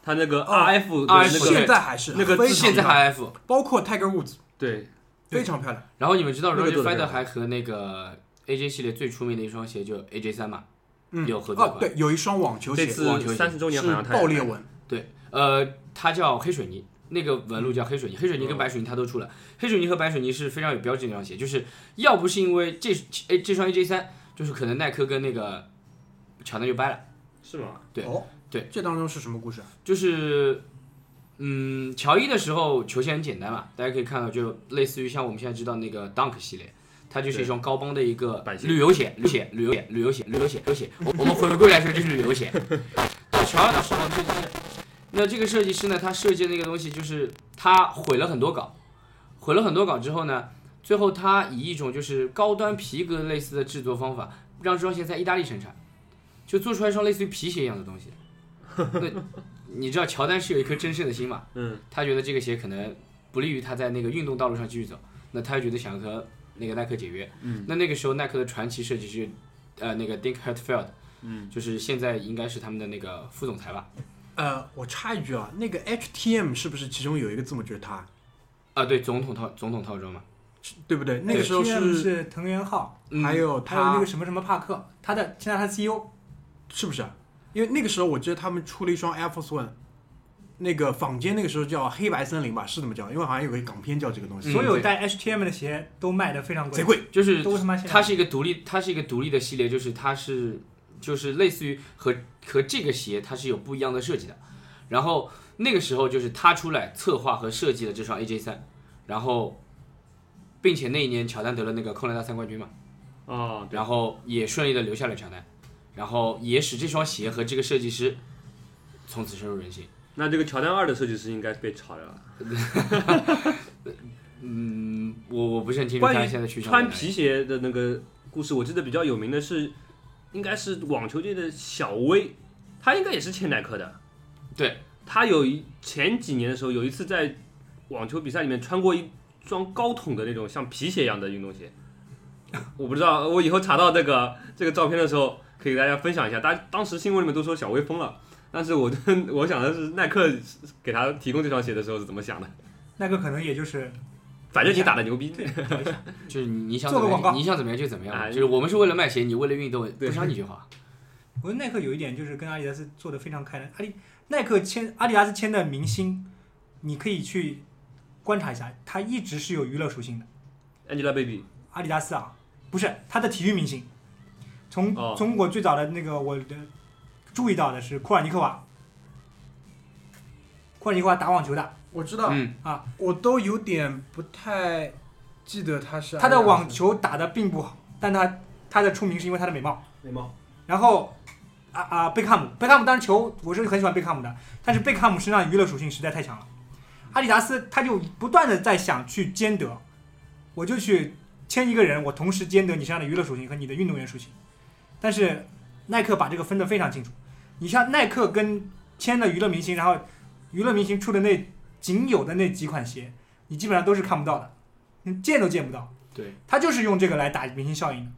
Speaker 5: 他那个 RF 的
Speaker 4: RF
Speaker 5: 那
Speaker 3: 现
Speaker 5: 个
Speaker 3: 在还是
Speaker 5: 那个
Speaker 3: 非常
Speaker 4: 现在还 F。
Speaker 3: 包括 Tiger Woods
Speaker 5: 对
Speaker 3: 非常漂亮。
Speaker 4: 然后你们知道
Speaker 5: 那个
Speaker 4: Roger
Speaker 5: 做得非
Speaker 4: Federer
Speaker 5: 常好
Speaker 4: 还和那个 AJ 系列最出名的一双鞋就 AJ 三嘛，
Speaker 3: 嗯
Speaker 4: 有合作
Speaker 3: 哦
Speaker 4: 款，。
Speaker 3: 对，有一双网球
Speaker 5: 这
Speaker 3: 鞋是
Speaker 4: 网球
Speaker 5: 次
Speaker 4: 鞋
Speaker 5: 三十周年好像他也
Speaker 3: 爆裂纹，
Speaker 4: 对，呃，它叫黑水泥，那个
Speaker 3: 嗯
Speaker 4: 纹路叫黑
Speaker 3: 哦
Speaker 4: 水泥，黑水泥跟白水泥它都出了，黑水泥和白水泥是非常有标志的一双鞋，就是要不是因为这哎这双 AJ 三，就是可能耐克跟那个乔丹就掰了，
Speaker 5: 是吗？
Speaker 4: 对
Speaker 3: 哦，
Speaker 4: 对，
Speaker 3: 这当中是什么故事啊？
Speaker 4: 就是。嗯，乔伊的时候球鞋很简单嘛，大家可以看到，就类似于像我们现在知道那个 Dunk 系列，它就是一双高帮的一个
Speaker 5: 板鞋
Speaker 4: 旅游鞋，旅游鞋，旅游鞋，旅游鞋，旅游鞋，旅游鞋。我我们回归来说就是旅游鞋。到乔二的时候就是，那这个设计师呢，他设计的那个东西就是他毁了很多稿，毁了很多稿之后呢，最后他以一种就是高端皮革类似的制作方法，让这双鞋在意大利生产，就做出来一双类似于皮鞋一样的东西。那你知道乔丹是有一颗真正的心嘛？
Speaker 5: 嗯，
Speaker 4: 他觉得这个鞋可能不利于他在那个运动道路上继续走，那他就觉得想和那个耐克解约。嗯，那那个时候耐克的传奇设计师，呃，那个 Dick Hertfeld，嗯，就是现在应该是他们的那个副总裁吧？
Speaker 3: 呃，我插一句啊，那个 HTM 是不是其中有一个字母就是它，
Speaker 4: 啊，对，总统套总统套装嘛。
Speaker 3: 对不对？那个时候
Speaker 2: 是哦是藤原浩，
Speaker 4: 嗯
Speaker 3: 还有
Speaker 2: 还有那
Speaker 3: 它
Speaker 2: 个什么什么帕克，他的 E 现在他 CEO，
Speaker 3: 是不是啊？因为那个时候我记得他们出了一双 Air Force One，那个坊间那个时候叫黑白森林吧，是这么叫，因为好像有个港片叫这个东西，
Speaker 4: 嗯
Speaker 2: 所有带 HTM 的鞋都卖的非常
Speaker 3: 贼
Speaker 2: 贵，
Speaker 3: 贵。
Speaker 4: 就是
Speaker 2: 都他妈现在
Speaker 4: 它是一个独立，它是一个独立的系列，就是它是就是类似于和和这个鞋它是有不一样的设计的。然后那个时候就是他出来策划和设计了这双 AJ 三，然后并且那一年乔丹得了那个扣篮大赛冠军嘛，
Speaker 5: 哦，对，
Speaker 4: 然后也顺利的留下了乔丹，然后也使这双鞋和这个设计师从此深入人心。
Speaker 5: 那这个乔丹二的设计师应该被炒掉了。
Speaker 4: 嗯，我我不是很清楚
Speaker 5: 关于
Speaker 4: 他现在去向
Speaker 5: 穿
Speaker 4: 哪里
Speaker 5: 皮鞋的那个故事，我记得比较有名的是，应该是网球界的小威，他应该也是欠耐克的。
Speaker 4: 对，
Speaker 5: 他有一前几年的时候，有一次在网球比赛里面穿过一双高筒的那种像皮鞋一样的运动鞋。 [LAUGHS] 我不知道，我以后查到这个这个照片的时候，可以给大家分享一下。大家当时新闻里面都说小威疯了，但是我我想的 [LAUGHS] 是耐克给他提供这双鞋的时候是怎么想的。
Speaker 2: 那个可能也就是
Speaker 5: 反正你打的牛逼，
Speaker 4: 就是你你想
Speaker 2: 做
Speaker 4: 怎
Speaker 2: 个
Speaker 4: 么
Speaker 2: 广
Speaker 4: 样，
Speaker 2: 告
Speaker 4: 你想怎么样就怎么样，
Speaker 5: 哎
Speaker 4: 就是我们是为了卖鞋，你为了运动，
Speaker 5: 对
Speaker 4: 不伤你就好。
Speaker 2: 我觉得耐克有一点就是跟阿迪达斯做的非常开的，阿迪耐克签阿迪达斯签的明星，你可以去观察一下，他一直是有娱乐属性的。
Speaker 5: Angelababy
Speaker 2: 阿迪达斯啊，不是他的体育明星，从、
Speaker 5: 哦
Speaker 2: 中国最早的那个我的注意到的是库尔尼科娃，库尔尼科娃打网球的，
Speaker 3: 我知道，
Speaker 4: 嗯，
Speaker 3: 我都有点不太记得它是
Speaker 2: 他的
Speaker 3: 哎呀
Speaker 2: 网球打得并不好，但他他的出名是因为他的美貌。
Speaker 3: 美貌，
Speaker 2: 然后啊啊，贝克汉姆，贝克汉姆当然球我是很喜欢贝克汉姆的，但是贝克汉姆身上娱乐属性实在太强了。阿迪达斯他就不断的在想去兼得，我就去签一个人，我同时兼得你身上的娱乐属性和你的运动员属性。但是耐克把这个分得非常清楚，你像耐克跟签的娱乐明星，然后娱乐明星出的那仅有的那几款鞋，你基本上都是看不到的，你见都见不到。
Speaker 4: 对，
Speaker 2: 他就是用这个来打明星效应的，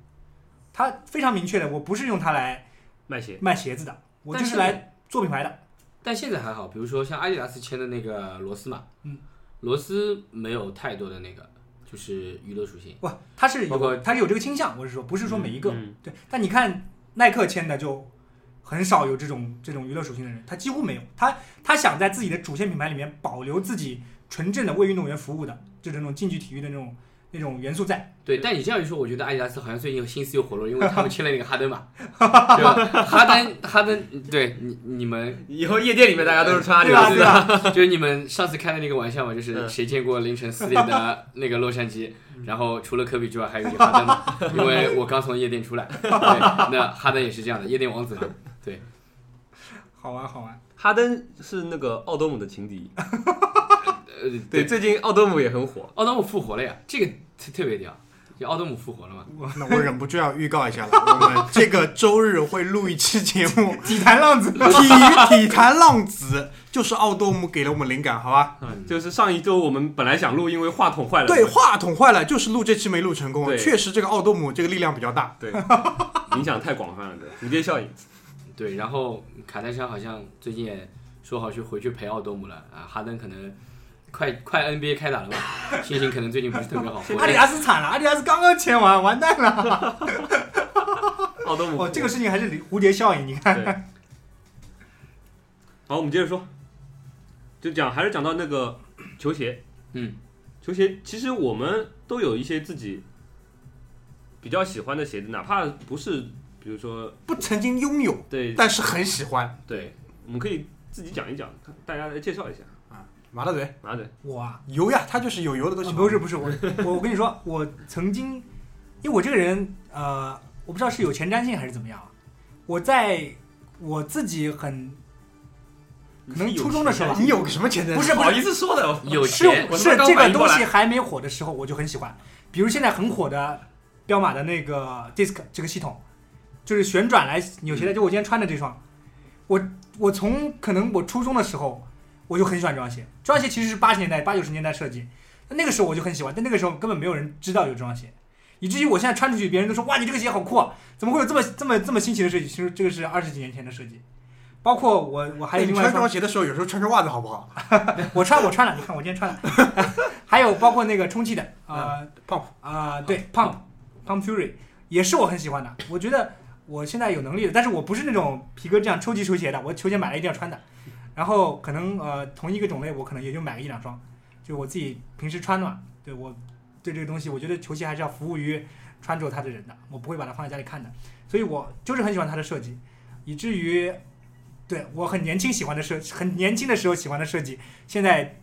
Speaker 2: 他非常明确的，我不是用它来
Speaker 5: 卖鞋。
Speaker 2: 卖鞋子的，我就
Speaker 4: 但
Speaker 2: 是
Speaker 4: 是
Speaker 2: 来做品牌的。
Speaker 4: 但现在还好，比如说像阿迪达斯签的那个罗斯嘛，
Speaker 2: 嗯，
Speaker 4: 罗斯没有太多的那个就是娱乐属性，
Speaker 2: 哇，他是
Speaker 4: 包括
Speaker 2: 有他是有这个倾向，我是说，不是说每一个、
Speaker 5: 嗯
Speaker 2: 对。但你看耐克签的就很少有这种这种娱乐属性的人，他几乎没有。他他想在自己的主线品牌里面保留自己纯正的为运动员服务的，就是那种竞技体育的那种那种元素在。
Speaker 4: 对。但你这样一说，我觉得阿迪达斯好像最近心思又活络，因为他们签了那个哈登嘛，对吧？哈登，哈登，对你你们
Speaker 5: 以后夜店里面大家都是穿阿迪
Speaker 2: 对
Speaker 5: 达
Speaker 2: 吧？
Speaker 5: 斯
Speaker 2: 对
Speaker 5: 的。
Speaker 2: 吧？
Speaker 4: 就是你们上次开的那个玩笑嘛，就是
Speaker 5: 嗯
Speaker 4: 谁见过凌晨四点的那个洛杉矶？然后除了科比之外，还有一个哈登嘛，因为我刚从夜店出来，对，那哈登也是这样的，夜店王子嘛，对。
Speaker 2: 好玩好玩，
Speaker 5: 哈登是那个奥多姆的情敌，
Speaker 4: 呃，
Speaker 5: 对，最近奥多姆也很火。
Speaker 4: 奥多姆复活了呀，这个特特别屌。就奥多姆复活了嘛。
Speaker 3: [LAUGHS] 那我忍不住要预告一下了，我们这个周日会录一期节 [LAUGHS] 目，
Speaker 2: 体坛浪子，
Speaker 3: 体体坛浪子就是奥多姆给了我们灵感，好吧？
Speaker 5: 嗯，就是上一周我们本来想录，因为话筒坏了，
Speaker 3: 对，话筒坏了，就是录这期没录成功，
Speaker 5: 对
Speaker 3: 确实这个奥多姆这个力量比较大，
Speaker 5: 对，影响太广泛了，对，蝴蝶效应。
Speaker 4: 对，然后卡戴珊好像最近也说好去回去陪奥多姆了啊，哈登可能快快 NBA 开打了吧， [LAUGHS] 心情可能最近不是特别好。
Speaker 2: 阿迪达斯惨了，阿迪达斯刚刚签完，完蛋了。
Speaker 5: 奥多姆，
Speaker 2: 哦，这个事情还是蝴蝶效应，你看，
Speaker 5: 对。好，我们接着说，就讲还是讲到那个球鞋，
Speaker 4: 嗯，
Speaker 5: 球鞋其实我们都有一些自己比较喜欢的鞋子，哪怕不是，比如说
Speaker 3: 不曾经拥有，
Speaker 5: 对
Speaker 3: 但是很喜欢。
Speaker 5: 对，我们可以自己讲一讲，看大家来介绍一下。
Speaker 3: 啊麻大嘴
Speaker 5: 拿着，
Speaker 2: 哇，
Speaker 3: 油呀，他就是有油的东西。
Speaker 2: 啊不是不是我，我我跟你说，我曾经，因为我这个人，呃，我不知道是有前瞻性还是怎么样啊，我在我自己很可能初中的时候吧啊
Speaker 3: 你有个什么前瞻？
Speaker 2: 不是
Speaker 5: 不
Speaker 2: 不
Speaker 5: 好
Speaker 2: 是
Speaker 5: 意思说的，
Speaker 4: 有
Speaker 2: 是
Speaker 4: 钱，啊
Speaker 5: 我他妈
Speaker 2: 是
Speaker 5: 刚
Speaker 2: 这
Speaker 5: 反
Speaker 2: 个
Speaker 5: 应
Speaker 2: 东
Speaker 5: 过来
Speaker 2: 西还没火的时候，我就很喜欢。比如现在很火的彪马的那个 Disc 这个系统，就是旋转来扭
Speaker 5: 嗯
Speaker 2: 鞋带，就我今天穿的这双，我我从可能我初中的时候我就很喜欢这双鞋。这双鞋其实是八十年代八九十年代设计，那个时候我就很喜欢，但那个时候根本没有人知道有这双鞋，以至于我现在穿出去，别人都说哇你这个鞋好酷、啊，怎么会有这么这么这么新奇的设计？其实这个是二十几年前的设计。包括我，我还
Speaker 3: 哎
Speaker 2: 有
Speaker 3: 你
Speaker 2: 另外一
Speaker 3: 穿这
Speaker 2: 双
Speaker 3: 双鞋的时候，有时候穿穿袜子好不好？ [LAUGHS]
Speaker 2: 我穿我穿了，你看我今天穿了， [LAUGHS] 还有包括那个充气的啊、呃、
Speaker 3: Pump
Speaker 2: 啊、对 pump pump fury 也是我很喜欢的，我觉得我现在有能力了，但是我不是那种皮哥这样抽级球鞋的，我球鞋买了一定要穿的，然后可能呃同一个种类我可能也就买个一两双，就我自己平时穿的嘛，对我对这个东西，我觉得球鞋还是要服务于穿着它的人的，我不会把它放在家里看的，所以我就是很喜欢它的设计，以至于。对我很年轻喜欢的设，很年轻的时候喜欢的设计，现在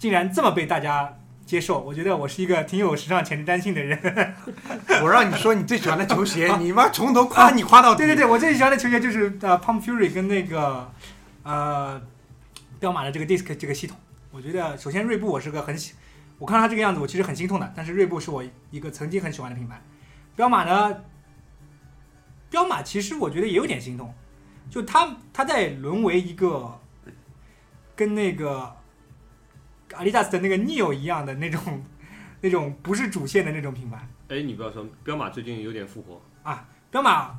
Speaker 2: 竟然这么被大家接受，我觉得我是一个挺有时尚前瞻性的人。
Speaker 3: 我让你说你最喜欢的球鞋， [LAUGHS] 你妈从头夸你夸到底。
Speaker 2: 对对对，我最喜欢的球鞋就是呃 Pump Fury 跟那个呃彪马的这个 Disc 这个系统。我觉得首先锐步我是个很喜，我看到它这个样子我其实很心痛的，但是锐步是我一个曾经很喜欢的品牌。彪马呢，彪马其实我觉得也有点心痛，就它它在沦为一个跟那个阿迪达斯的那个 Neo 一样的那种 [LAUGHS] 那种不是主线的那种品牌。
Speaker 5: 哎，你不要说，彪马最近有点复活。
Speaker 2: 彪马，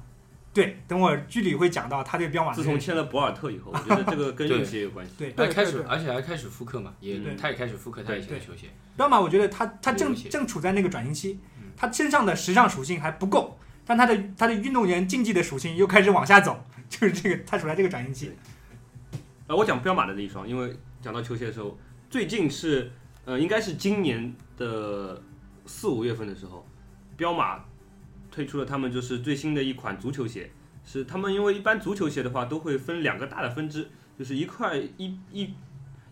Speaker 2: 对，等会儿剧里会讲到他对彪马的
Speaker 5: 自
Speaker 2: 认
Speaker 5: 从
Speaker 2: 识。
Speaker 5: 签了博尔特以后，我觉得这个跟
Speaker 4: 对
Speaker 5: 运气也有关系。
Speaker 2: [LAUGHS] 对，
Speaker 4: 还
Speaker 2: 对
Speaker 4: 开
Speaker 2: 对
Speaker 4: 始
Speaker 2: 对，
Speaker 4: 而且还开始复刻嘛，也
Speaker 5: 对
Speaker 4: 他也开始复刻他以前的球鞋。
Speaker 2: 彪马，我觉得他他
Speaker 4: 有
Speaker 2: 正
Speaker 4: 一些
Speaker 2: 正处在那个转型期
Speaker 4: 嗯，
Speaker 2: 他身上的时尚属性还不够，但他的他的运动员竞技的属性又开始往下走，就是这个他处在这个转型期。
Speaker 5: 呃，我讲彪马的那一双，因为讲到球鞋的时候，最近是呃，应该是今年的四五月份的时候，彪马推出了他们就是最新的一款足球鞋，是他们因为一般足球鞋的话都会分两个大的分支，就是一块一一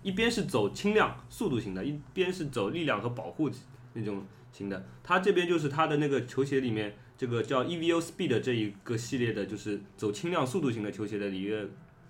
Speaker 5: 一边是走轻量速度型的，一边是走力量和保护那种型的。它这边就是它的那个球鞋里面这个叫 EVO Speed 的这一个系列的，就是走轻量速度型的球鞋的一个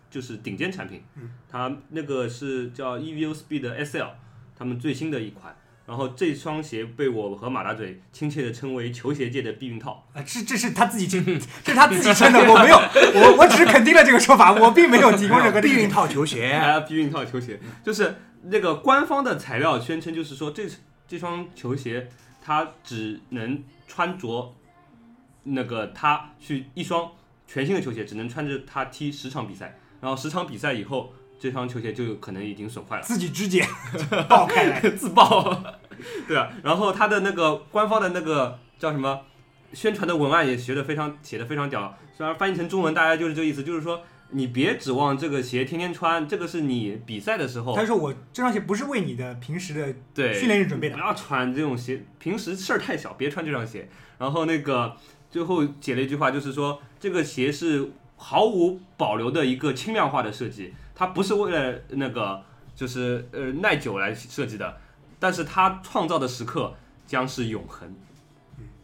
Speaker 5: 就是顶尖产品。嗯，它那个是叫 EVO Speed 的 SL，他们最新的一款。然后这双鞋被我和马大嘴亲切的称为球鞋界的避孕套。
Speaker 2: 啊，这这是他自己签，这是他自己签的，我没有，我我只是肯定了这个说法，我并没有提供任何
Speaker 3: 避
Speaker 2: 证据。
Speaker 3: 孕套球鞋，
Speaker 5: 哎，避孕套球鞋，就是那个官方的材料宣称，就是说这这双球鞋它只能穿着那个他去一双全新的球鞋，只能穿着它踢十场比赛，然后十场比赛以后，这双球鞋就有可能已经损坏了。
Speaker 2: 自己肢解爆开来，
Speaker 5: 自爆， [LAUGHS] 对啊。然后他的那个官方的那个叫什么宣传的文案也学的非常写的非常屌，虽然翻译成中文大概就是这个意思，就是说你别指望这个鞋天天穿，这个是你比赛的时候
Speaker 2: 他说我这双鞋不是为你的平时的
Speaker 5: 哦对
Speaker 2: 训 [LAUGHS] 练日准备的
Speaker 5: 不要穿这种鞋，平时事儿太小，别穿这双鞋。然后那个最后写了一句话，就是说这个鞋是毫无保留的一个轻量化的设计，它不是为了那个就是呃耐久来设计的，但是它创造的时刻将是永恒，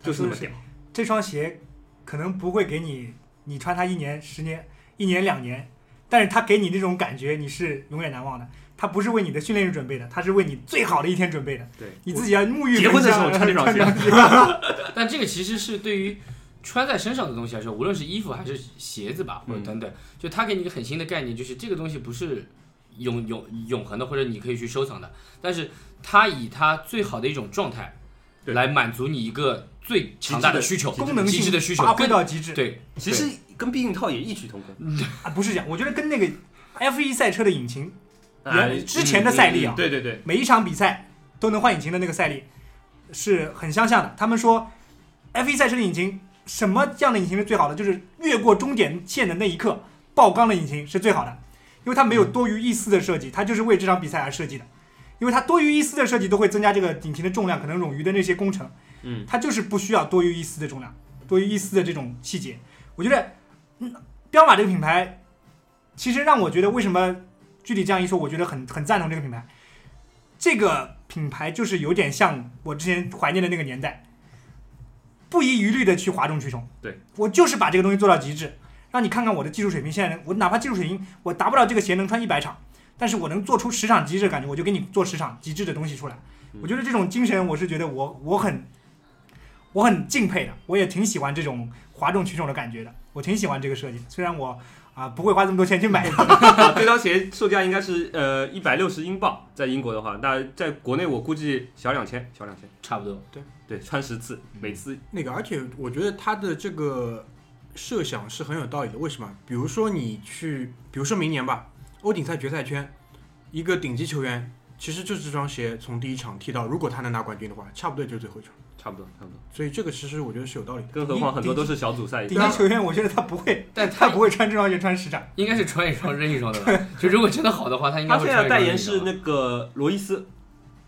Speaker 5: 就是那么屌。
Speaker 2: 这双鞋可能不会给你，你穿它一年、十年、一年、两年，但是它给你那种感觉，你是永远难忘的。它不是为你的训练日准备的，它是为你最好的一天准备的。
Speaker 5: 对，
Speaker 2: 你自己要沐浴
Speaker 5: 结婚的啊时候
Speaker 2: 焚香
Speaker 5: 穿这双鞋
Speaker 2: 穿这双鞋
Speaker 4: 但这个其实是对于穿在身上的东西来说，无论是衣服还是鞋子吧，或
Speaker 2: 嗯
Speaker 4: 者等等，就它给你一个很新的概念，就是这个东西不是永永永恒的，或者你可以去收藏的，但是它以它最好的一种状态
Speaker 5: 对
Speaker 4: 来满足你一个最强大的需求，
Speaker 2: 功能
Speaker 4: 极致
Speaker 2: 性
Speaker 4: 的需求
Speaker 2: 发，挥
Speaker 4: 更
Speaker 2: 到极致。
Speaker 4: 对，
Speaker 5: 其
Speaker 4: 对
Speaker 5: 实跟避孕套也异曲同工。
Speaker 2: 啊，不是这样，我觉得跟那个 F 1赛车的引擎，
Speaker 5: 啊
Speaker 2: 原之前的赛例啊
Speaker 5: 嗯对对对，
Speaker 2: 每一场比赛都能换引擎的那个赛例是很相像的。他们说 F 1赛车的引擎，什么样的引擎是最好的？就是越过终点线的那一刻爆缸的引擎是最好的，因为它没有多余一丝的设计，它就是为这场比赛而设计的。因为它多余一丝的设计都会增加这个引擎的重量，可能冗余的那些工程，
Speaker 5: 嗯，
Speaker 2: 它就是不需要多余一丝的重量，多余一丝的这种细节。我觉得，嗯，彪马这个品牌，其实让我觉得为什么具体这样一说，我觉得很很赞同这个品牌。这个品牌就是有点像我之前怀念的那个年代，不遗余力的去哗众取宠。
Speaker 5: 对
Speaker 2: 我就是把这个东西做到极致，让你看看我的技术水平现在能，我哪怕技术水平我达不到这个鞋能穿一百场，但是我能做出十场极致的感觉，我就给你做十场极致的东西出来。我觉得这种精神，我是觉得我我很我很敬佩的，我也挺喜欢这种哗众取宠的感觉的，我挺喜欢这个设计的。虽然我啊、不会花这么多钱去买，
Speaker 5: 啊这双鞋售价应该是呃一百六十英镑，在英国的话，那在国内我估计小两千，小两千。
Speaker 4: 差不多。
Speaker 5: 对，穿十次，每次
Speaker 3: 那个，而且我觉得他的这个设想是很有道理的。为什么？比如说你去，比如说明年吧，欧锦赛决赛圈，一个顶级球员其实就是这双鞋从第一场踢到，如果他能拿冠军的话，差不多就是最后一场。
Speaker 5: 差不多差不多。
Speaker 3: 所以这个其实我觉得是有道理的。
Speaker 5: 更何况很多都是小组赛，
Speaker 2: 顶级球员我觉得他不会，
Speaker 4: 但
Speaker 2: 他
Speaker 4: 他
Speaker 2: 不会穿这双鞋穿十场。
Speaker 4: 应该是穿一双扔一双的吧？就如果真的好的话，他应该
Speaker 5: 他
Speaker 4: 会
Speaker 5: 现
Speaker 4: 穿
Speaker 5: 在
Speaker 4: 一
Speaker 5: 代
Speaker 4: 双
Speaker 5: 言
Speaker 4: 扔一双
Speaker 5: 是
Speaker 4: 的。
Speaker 5: 那个罗伊斯，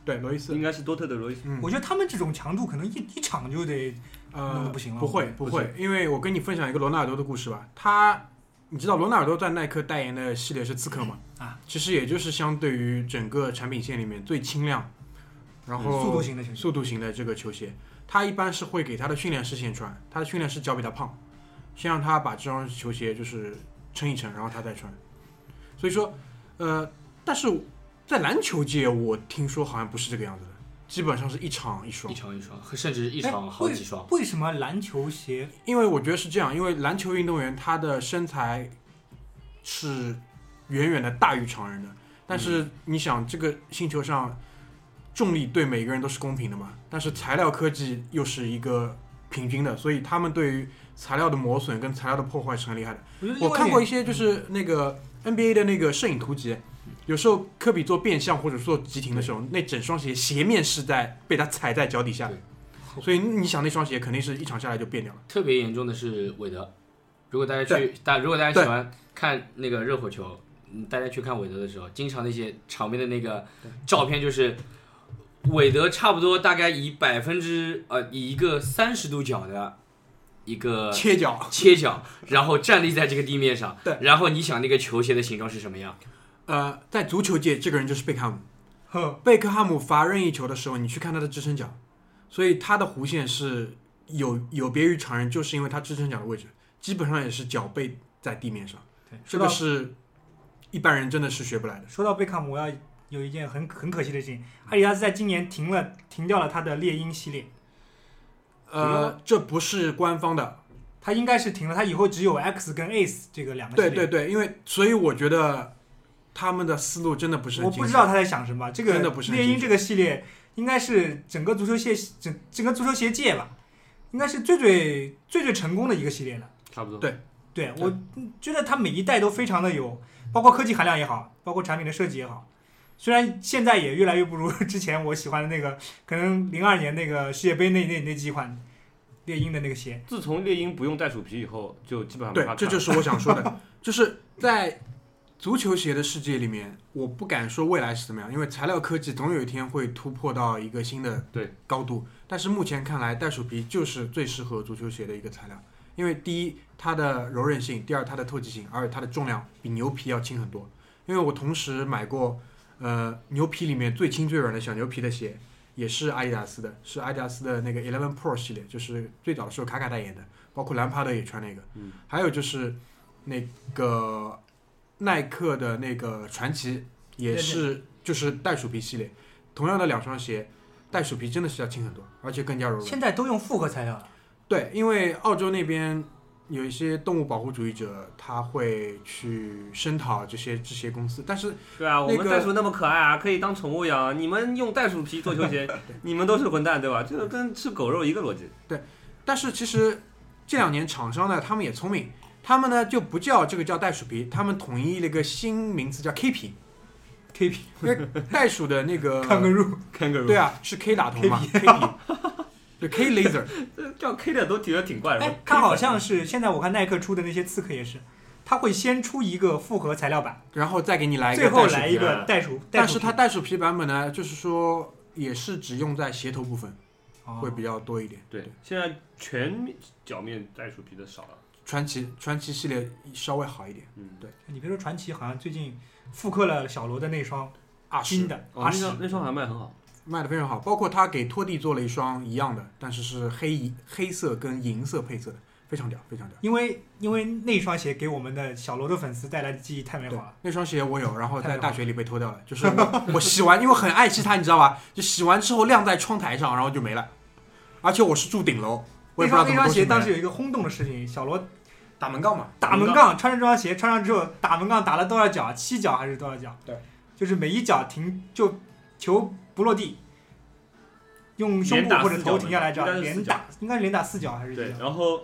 Speaker 3: 对，罗伊斯
Speaker 5: 应，该是多特的罗伊斯。
Speaker 3: 嗯，
Speaker 2: 我觉得他们这种强度可能一一场嗯就得弄
Speaker 3: 呃
Speaker 2: 得不行了
Speaker 3: 不会不会，因为我跟你分享一个罗纳尔多的故事吧。他，你知道罗纳尔多在耐克代言的系列是刺客吗？
Speaker 2: 啊，
Speaker 3: 其实也就是相对于整个产品线里面最轻量，然后
Speaker 2: 嗯速度型的球员。
Speaker 3: 速度型的这个球鞋，他一般是会给他的训练师先穿，他的训练师脚比他胖，先让他把这双球鞋就是撑一撑，然后他再穿。所以说，呃，但是在篮球界，我听说好像不是这个样子的，基本上是一场一双
Speaker 4: 一。双一双，甚至一双
Speaker 2: 哎
Speaker 4: 好几双。
Speaker 2: 为为什么篮球鞋
Speaker 3: 因为我觉得是这样，因为篮球运动员他的身材是远远的大于常人的，但是你想，这个星球上重力对每个人都是公平的嘛，但是材料科技又是一个平均的，所以他们对于材料的磨损跟材料的破坏是很厉害的。
Speaker 2: 我觉得另
Speaker 3: 我
Speaker 2: 外
Speaker 3: 看
Speaker 2: 一
Speaker 3: 过一
Speaker 2: 点
Speaker 3: 些就是那个 NBA 的那个摄影图集，有时候科比做变向或者做急停的时候，那整双鞋鞋面是在被他踩在脚底下
Speaker 4: 对，
Speaker 3: 所以你想那双鞋肯定是一场下来就变掉了。
Speaker 4: 特别严重的是韦德，如果大家去大，如果大家
Speaker 3: 对
Speaker 4: 喜欢看那个热火球，嗯大家去看韦德的时候，经常那些场边的那个照片就是韦德差不多大概以百分之呃以一个三十度角的一
Speaker 2: 呃
Speaker 4: 个
Speaker 3: 切角，
Speaker 4: 切角，然后站立在这个地面上，
Speaker 3: 对，
Speaker 4: 然后你想那个球鞋的形状是什么样？
Speaker 3: 呃，在足球界，这个人就是贝克汉姆。
Speaker 2: 呵，
Speaker 3: 贝克汉姆罚任意球的时候，你去看他的支撑脚，所以他的弧线是有有别于常人，就是因为他支撑脚的位置基本上也是脚背在地面上。
Speaker 2: 对
Speaker 3: 这
Speaker 2: 说
Speaker 3: 个
Speaker 2: 到
Speaker 3: 是一般人真的是学不来的。
Speaker 2: 说到贝克汉姆，我要有一件很很可惜的事情，阿迪达斯在今年停了停掉了他的猎鹰系列，
Speaker 3: 呃，这不是官方的，
Speaker 2: 他应该是停了，他以后只有 X 跟 Ace 这个两个系
Speaker 3: 对
Speaker 2: 列。
Speaker 3: 对对，因为所以我觉得他们的思路真的不是很
Speaker 2: 我
Speaker 3: 清
Speaker 2: 不
Speaker 3: 晰
Speaker 2: 知道他在想什么。这个
Speaker 3: 真的不是很
Speaker 2: 猎
Speaker 3: 清
Speaker 2: 鹰
Speaker 3: 楚
Speaker 2: 这个系列，应该是整个足球界整整个足球鞋界吧，应该是最最最最成功的一个系列了。
Speaker 5: 差不多。
Speaker 3: 对
Speaker 2: 对我觉得它每一代都非常的有，包括科技含量也好，包括产品的设计也好。虽然现在也越来越不如之前我喜欢的那个，可能零二年那个世界杯那那那几款猎鹰的那个鞋，
Speaker 5: 自从猎鹰不用袋鼠皮以后，就基本上没
Speaker 3: 对
Speaker 5: 法，看
Speaker 3: 这就是我想说的， [LAUGHS] 就是在足球鞋的世界里面，我不敢说未来是怎么样，因为材料科技总有一天会突破到一个新的
Speaker 5: 对
Speaker 3: 高度。但是目前看来，袋鼠皮就是最适合足球鞋的一个材料，因为第一它的柔韧性，第二它的透气性，而且它的重量比牛皮要轻很多。因为我同时买过，呃，牛皮里面最轻最软的小牛皮的鞋，也是阿迪达斯的，是阿迪达斯的那个 Eleven Pro 系列，就是最早的时候卡卡代言的，包括兰帕德也穿那个。
Speaker 5: 嗯，
Speaker 3: 还有就是那个耐克的那个传奇也是就是袋鼠皮系列，同样的两双鞋，袋鼠皮真的是要轻很多，而且更加柔软。
Speaker 2: 现在都用复合材料了，
Speaker 3: 对，因为澳洲那边有一些动物保护主义者，他会去声讨这些制鞋公司，但是
Speaker 5: 对啊，我
Speaker 3: 那
Speaker 5: 们
Speaker 3: 个
Speaker 5: 袋鼠那么可爱啊，可以当宠物养。你们用袋鼠皮
Speaker 3: [LAUGHS]
Speaker 5: 做球鞋，你们都是混蛋，对吧？这个跟吃狗肉一个逻辑。
Speaker 3: 但是其实这两年厂商呢，他们也聪明，他们呢就不叫这个叫袋鼠皮，他们统一了一个新名词叫
Speaker 2: [LAUGHS]
Speaker 3: K 皮。K 皮，因为袋鼠的那个
Speaker 2: 看个入，
Speaker 5: Kangaroo，
Speaker 3: 对啊，是 K 打头呃嘛
Speaker 2: [LAUGHS]
Speaker 3: ，K 皮，对 K laser，
Speaker 5: 这叫 K 的都觉得挺怪的。
Speaker 2: 哎，它好像是现在我看耐克出的那些刺客也是，它会先出一个复合材料版，
Speaker 3: 然后再给你来一个
Speaker 2: 最后
Speaker 3: 袋鼠
Speaker 2: 来
Speaker 3: 皮
Speaker 2: 一个袋鼠，
Speaker 3: 但
Speaker 2: 袋鼠
Speaker 3: 是它袋鼠皮版本呢，就是说也是只用在鞋头部分
Speaker 2: 哦
Speaker 3: 会比较多一点。
Speaker 5: 对，现在全面脚面袋鼠皮的少了。
Speaker 3: 传奇传奇系列稍微好一点，
Speaker 5: 嗯，
Speaker 2: 你别说传奇，好像最近复刻了小罗的那双
Speaker 3: 二十
Speaker 2: 新的
Speaker 5: 哦，
Speaker 2: 阿
Speaker 5: 那
Speaker 2: 十，
Speaker 5: 双那双还卖很好。
Speaker 3: 啊卖的非常好，包括他给拖地做了一双一样的，但是是黑银黑色跟银色配色的，非常屌，非常屌。
Speaker 2: 因为因为那双鞋给我们的小罗的粉丝带来的记忆太美好
Speaker 3: 对
Speaker 2: 了。，
Speaker 3: 那双鞋我有，然后
Speaker 2: 太
Speaker 3: 在
Speaker 2: 美好
Speaker 3: 大学里被偷掉了。就是我我洗完，因为我很爱惜它，你知道吧？就洗完之后晾在窗台上，然后就没了。而且我是住顶楼，
Speaker 2: 那
Speaker 3: 我也不知道
Speaker 2: 双那
Speaker 3: 怎
Speaker 2: 双
Speaker 3: 么东西
Speaker 2: 鞋
Speaker 3: 没了
Speaker 2: 当时有一个轰动的视频，小罗
Speaker 3: 打门杠嘛，
Speaker 2: 打门杠，穿着这双鞋穿上之后打门杠打了多少脚？七脚还是多少脚？
Speaker 3: 对，
Speaker 2: 就是每一脚停就球不落地，用胸
Speaker 5: 连
Speaker 2: 部
Speaker 5: 打
Speaker 2: 或者
Speaker 5: 四
Speaker 2: 头
Speaker 5: 脚
Speaker 2: 停下来这
Speaker 5: 应该
Speaker 2: 样
Speaker 5: 是
Speaker 2: 连
Speaker 5: 四脚
Speaker 2: 打，应该是连打四脚还是
Speaker 5: 对
Speaker 2: 几，脚？
Speaker 5: 然后，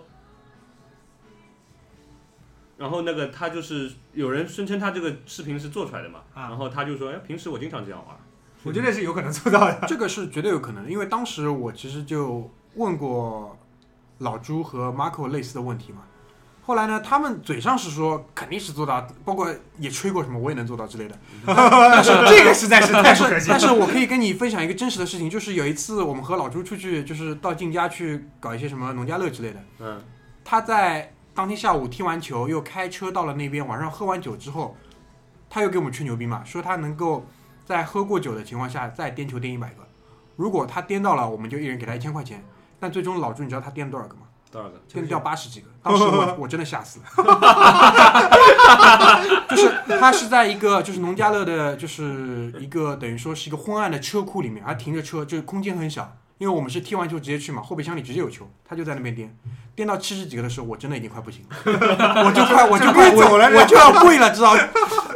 Speaker 5: 然后那个他就是有人声称他这个视频是做出来的嘛，
Speaker 2: 啊
Speaker 5: 然后他就说，哎，平时我经常这样玩。
Speaker 2: 我觉得是有可能做到
Speaker 3: [LAUGHS]
Speaker 2: 的。
Speaker 3: 这个是绝对有可能的，因为当时我其实就问过老朱和 Marco 类似的问题嘛。后来呢，他们嘴上是说肯定是做到，包括也吹过什么我也能做到之类的。
Speaker 2: 但是这个实在是太
Speaker 3: 但
Speaker 2: 不
Speaker 3: 是
Speaker 2: 可信
Speaker 3: 但
Speaker 2: 了。
Speaker 3: 是我可以跟你分享一个真实的事情，就是有一次我们和老朱出去，就是到晋家去搞一些什么农家乐之类的。
Speaker 5: 嗯，
Speaker 3: 他在当天下午踢完球，又开车到了那边，晚上喝完酒之后，他又给我们吹牛逼嘛，说他能够在喝过酒的情况下再颠球颠一百个，如果他颠到了，我们就一人给他一千块钱。但最终老朱，你知道他颠了多少个吗？
Speaker 5: 多少个？
Speaker 3: 颠掉八十几个，当
Speaker 2: [LAUGHS]
Speaker 3: 时我我真的吓死了， [LAUGHS] 就是他是在一个就是农家乐的，就是一个等于说是一个昏暗的车库里面，还停着车，就是空间很小，因为我们是踢完球直接去嘛，后备箱里直接有球，他就在那边颠，颠到七十几个的时候，我真的已经快不行了，我就快我就快
Speaker 2: 就快走了
Speaker 3: 我我就要跪了，知道吗？